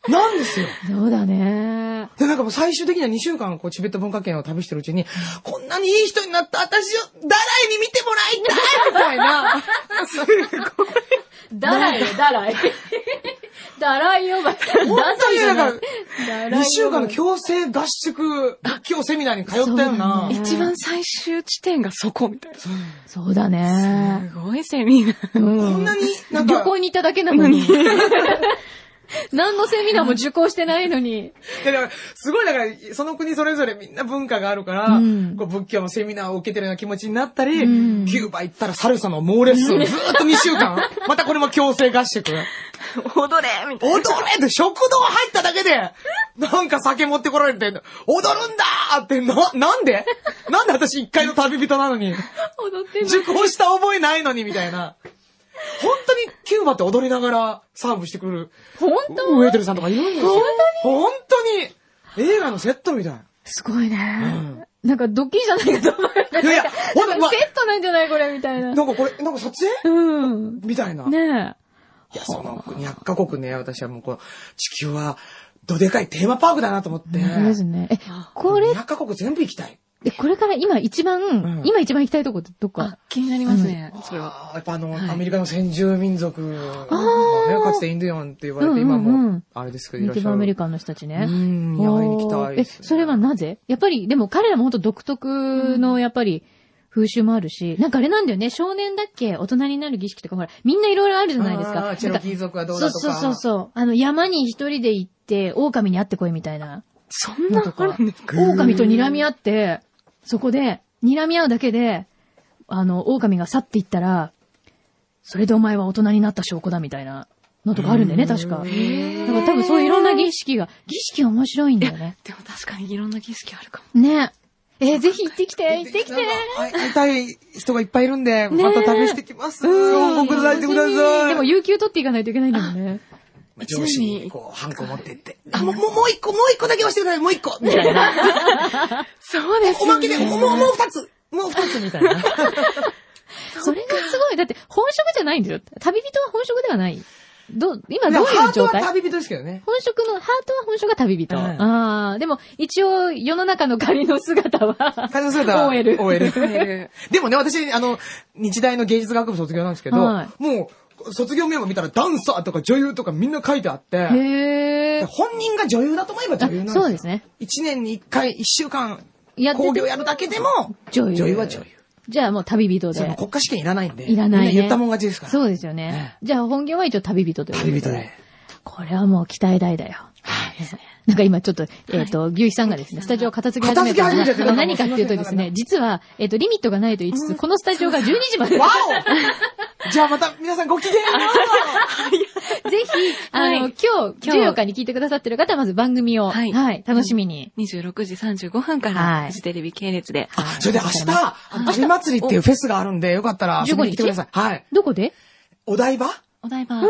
なんですよ。
そうだね。
で、なんかもう最終的には2週間、こう、チベット文化圏を旅してるうちに、こんなにいい人になった私を、ダライに見てもらいたいみたいな。すごい。
だらいよ、だらい。 *laughs* だらいよ、ばっかり。だ
当にだから
らいよ
2週間の強制合宿、今日セミナーに通ったよな。
そう
一番最終地点がそこみたい
そうだ
な。
ね。
すごいセミナー。
うん
こんなに、なん
旅
か、
行に行っただけなのに。何のセミナーも受講してないのに。
いやだからすごい、だから、その国それぞれみんな文化があるから、
うん
こう仏教のセミナーを受けてるような気持ちになったり、
うん
キューバ行ったらサルサの猛レッスン、ずーっと2週
*laughs*
間、またこれも強制合宿。
踊れみたい
踊れって食堂入っただけで、なんか酒持ってこられて、踊るんだーって、な、なんでなんで私一回の旅人なのに、
踊ってる。
受講した覚えないのにみたいな。本当にキューバって踊りながらサーブしてくる、
本
ウェイトルさんとかいるんですよ。本当に映画のセットみたい。
すごいね。なんかドッキリじゃないかと思う。
いやいや、ほんと、ま
セットなんじゃないこれみたいな。
なんかこれ、なんか撮影
うん。
みたいな。
ね
いや、その200カ国ね、私はもうこう、地球は、どでかいテーマパークだなと思って。
え。ですね。え、これ、
200カ国全部行きたい。
えこれから今一番
ん、
今一番行きたいとこってどっ
な
か。。
気になりますね、それは。
あーやっぱあの、
い
アメリカの先住民族、ね、かつてインディアンって言われて、
うんうんうん
今も、あれですけど、
ネイ
いらっ
ティ
し
ブ
ゃ
アメ
る。
リカンの人たちね。
うん、いや、会いに行きたい
え、
ですね、
それはなぜやっぱり、でも彼らも本当独特の、やっぱり、風習もあるし、なんかあれなんだよね、少年だっけ大人になる儀式とか、ほら、みんないろいろあるじゃないですか。
あ
な
ー
ん
チェロ
か
キー族はどう
そう
だとか。
そうそうそう。あの、山に一人で行って、狼に会ってこいみたいな。
そんなあるんですか
狼と睨み合って、そこで、睨み合うだけで、あの、狼が去っていったら、それでお前は大人になった証拠だみたいなのとかあるんだよね、確か。だから多分そういういろんな儀式が、儀式面白いんだよね。
でも確かにいろんな景色ある *laughs* かも。
ね。えーぜひ行ってきて、行ってきて。
なんか会い会いたい人がいっぱいいるんで、
ねえ
また旅してきます。ご報告させてください。
でも、有給取っていかないといけないんだもんね。
上司に、こう、ハンコ持ってって。あ、もう、もうもう一個、もう一個だけ押してください、もう一個みたいな。
そうです
おまけで、もう、もうもう二つもう二つみたい *laughs* な。
それがすごい。だって、本職じゃないんだよ。旅人は本職ではない。どう、今どう
ハ
いう
ート
状
は
態
旅人ですけどね。
本職の、ハートは本職が旅人。
はい
ああ、でも、一応、世の中の仮の姿は、
感じの
*laughs*
姿は
OL。
OL。
OL
でもね、私、あの、日大の芸術学部卒業なんですけど、
は
もう、卒業名簿見たらダンサーとか女優とかみんな書いてあって、
へ
*laughs* で
え。
本人が女優だと思えば女優
あ
なんですよ。
そうですね。
一年に一回、一週間、
やってて
工業やるだけでも、
女優。
女優は女優。。
じゃあもう旅人
その
で。
国家試験いらないんで。
いらない、ね。
みん言ったもん勝ちですから。
そうですよね。じゃあ本業は一応旅人ということで。
旅人で。
これはもう期待大だよ。なんか今ちょっと、えっ、と、牛肥さんがですね、スタジオを片付け始めたの
片付け始めちゃってなん
が
か
何かっていうとですね、実は、えっ、と、リミットがないと言いつつ、このスタジオが12時まで。ぜ
わお *laughs* じゃあまた皆さんごきげんよ
*laughs* ひ、
う
*laughs* あの、
は
今日、
今日
14日に聞いてくださってる方は、まず番組を、は、
はいい
楽しみに。
26時35分か
はい
ら、フジテレビ系列で。
はい
それで明日、旅祭りっていうフェスがあるんで、よかったら遊びに来てください。はい。
どこで
お台場
お台場、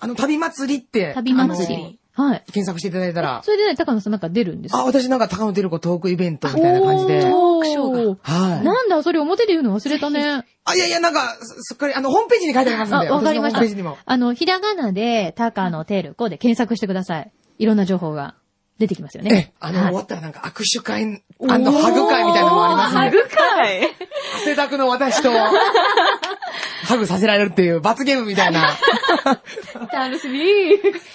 あの、旅祭りって。
旅
あの
祭り。はい。
検索していただいたら
そ。れでね、高野さんなんか出るんです
あ、
か
私なんか高野照子トークイベントみたいな感じで。
お
ークショー
はい。
なんだ、それ表で言うの忘れたね。
あ、いやいや、なんか、すすっかり、あの、ホームページに書いてありますんで。
あわかりました
私のホームページにも。
あの、ひらがなで、高野テルコで検索してください。いろんな情報が出てきますよ
え
ね
え、。あの、終わったらなんか握手会、あの、ハグ会みたいなのもありますんで。
グ会
汗だくの
*laughs*
私と、ハグさせられるっていう罰ゲームみた
*laughs*
いな。
楽しみ。ぜ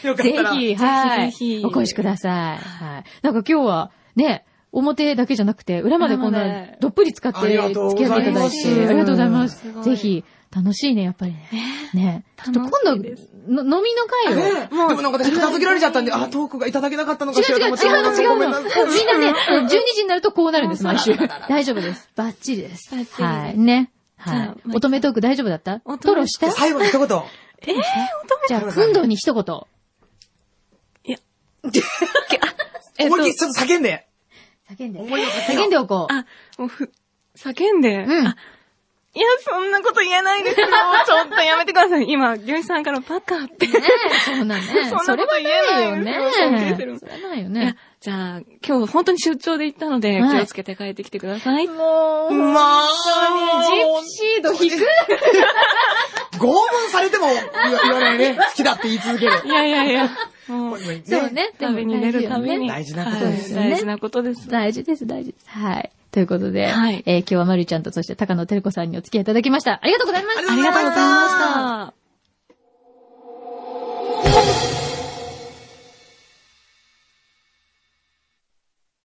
よかったら
ひ、はい。
ぜひぜひ
お越しください。はい。なんか今日は、ね、表だけじゃなくて、裏までこん
裏ま
な
で、
どっぷり使って
あり
付き合
が
ってい
とう
た
ございます
だいて、ありがとうございます
すご。い
ぜひ、楽しいね、やっぱりね。ね。ちょっと今
楽しいで
度、の飲みの会を。
でもなんか私片付けられちゃったんで、あ、トークがいただけなかったのかし
違う
ら
違
と
う違
思
うの
って。
違う
ごめんな
の。
さい
みんなね、12時になるとこうなるんです、毎
*laughs*
週。大丈夫です。バッチリです。
バッチリです
はい。ね。は
じゃ
い
あ。まあ
乙女トーク大丈夫だった
女
トロしたじ
最後に一言。
ゃあ、くんどうに一言。 *laughs* えっと
思いっきりちょっと叫んで。
叫んで。
思いを叫
叫んでおこう。
あ、もうふ、叫んで。
うん
あいや、そんなこと言えないですよ。ちょっとやめてください。今、牛一さんからバカって。い
ねえ、そうなんね。
そ
そ
ん
れ
なこと
は
言え
ない
ない
よね
よ尊敬す。る
それはないよ
や
ね。、
じゃあ、今日本当に出張で行ったので、
はい
気をつけて帰ってきてください。
もう、
まあ、
ジプシード引く。
*laughs* 拷問されても言わ言わないね。好きだって言い続ける。
いやいやいや、 *laughs* もう
そうね。
旅に出るために。
大事なことです
よね
はい大事なことです。
大事です、大事です。はい。ということで、
はい
えー今日はまるちゃんとそして高野照子さんにお付き合いいただきました。ありがとうございました。
ありがとうございました
ありがとうございました。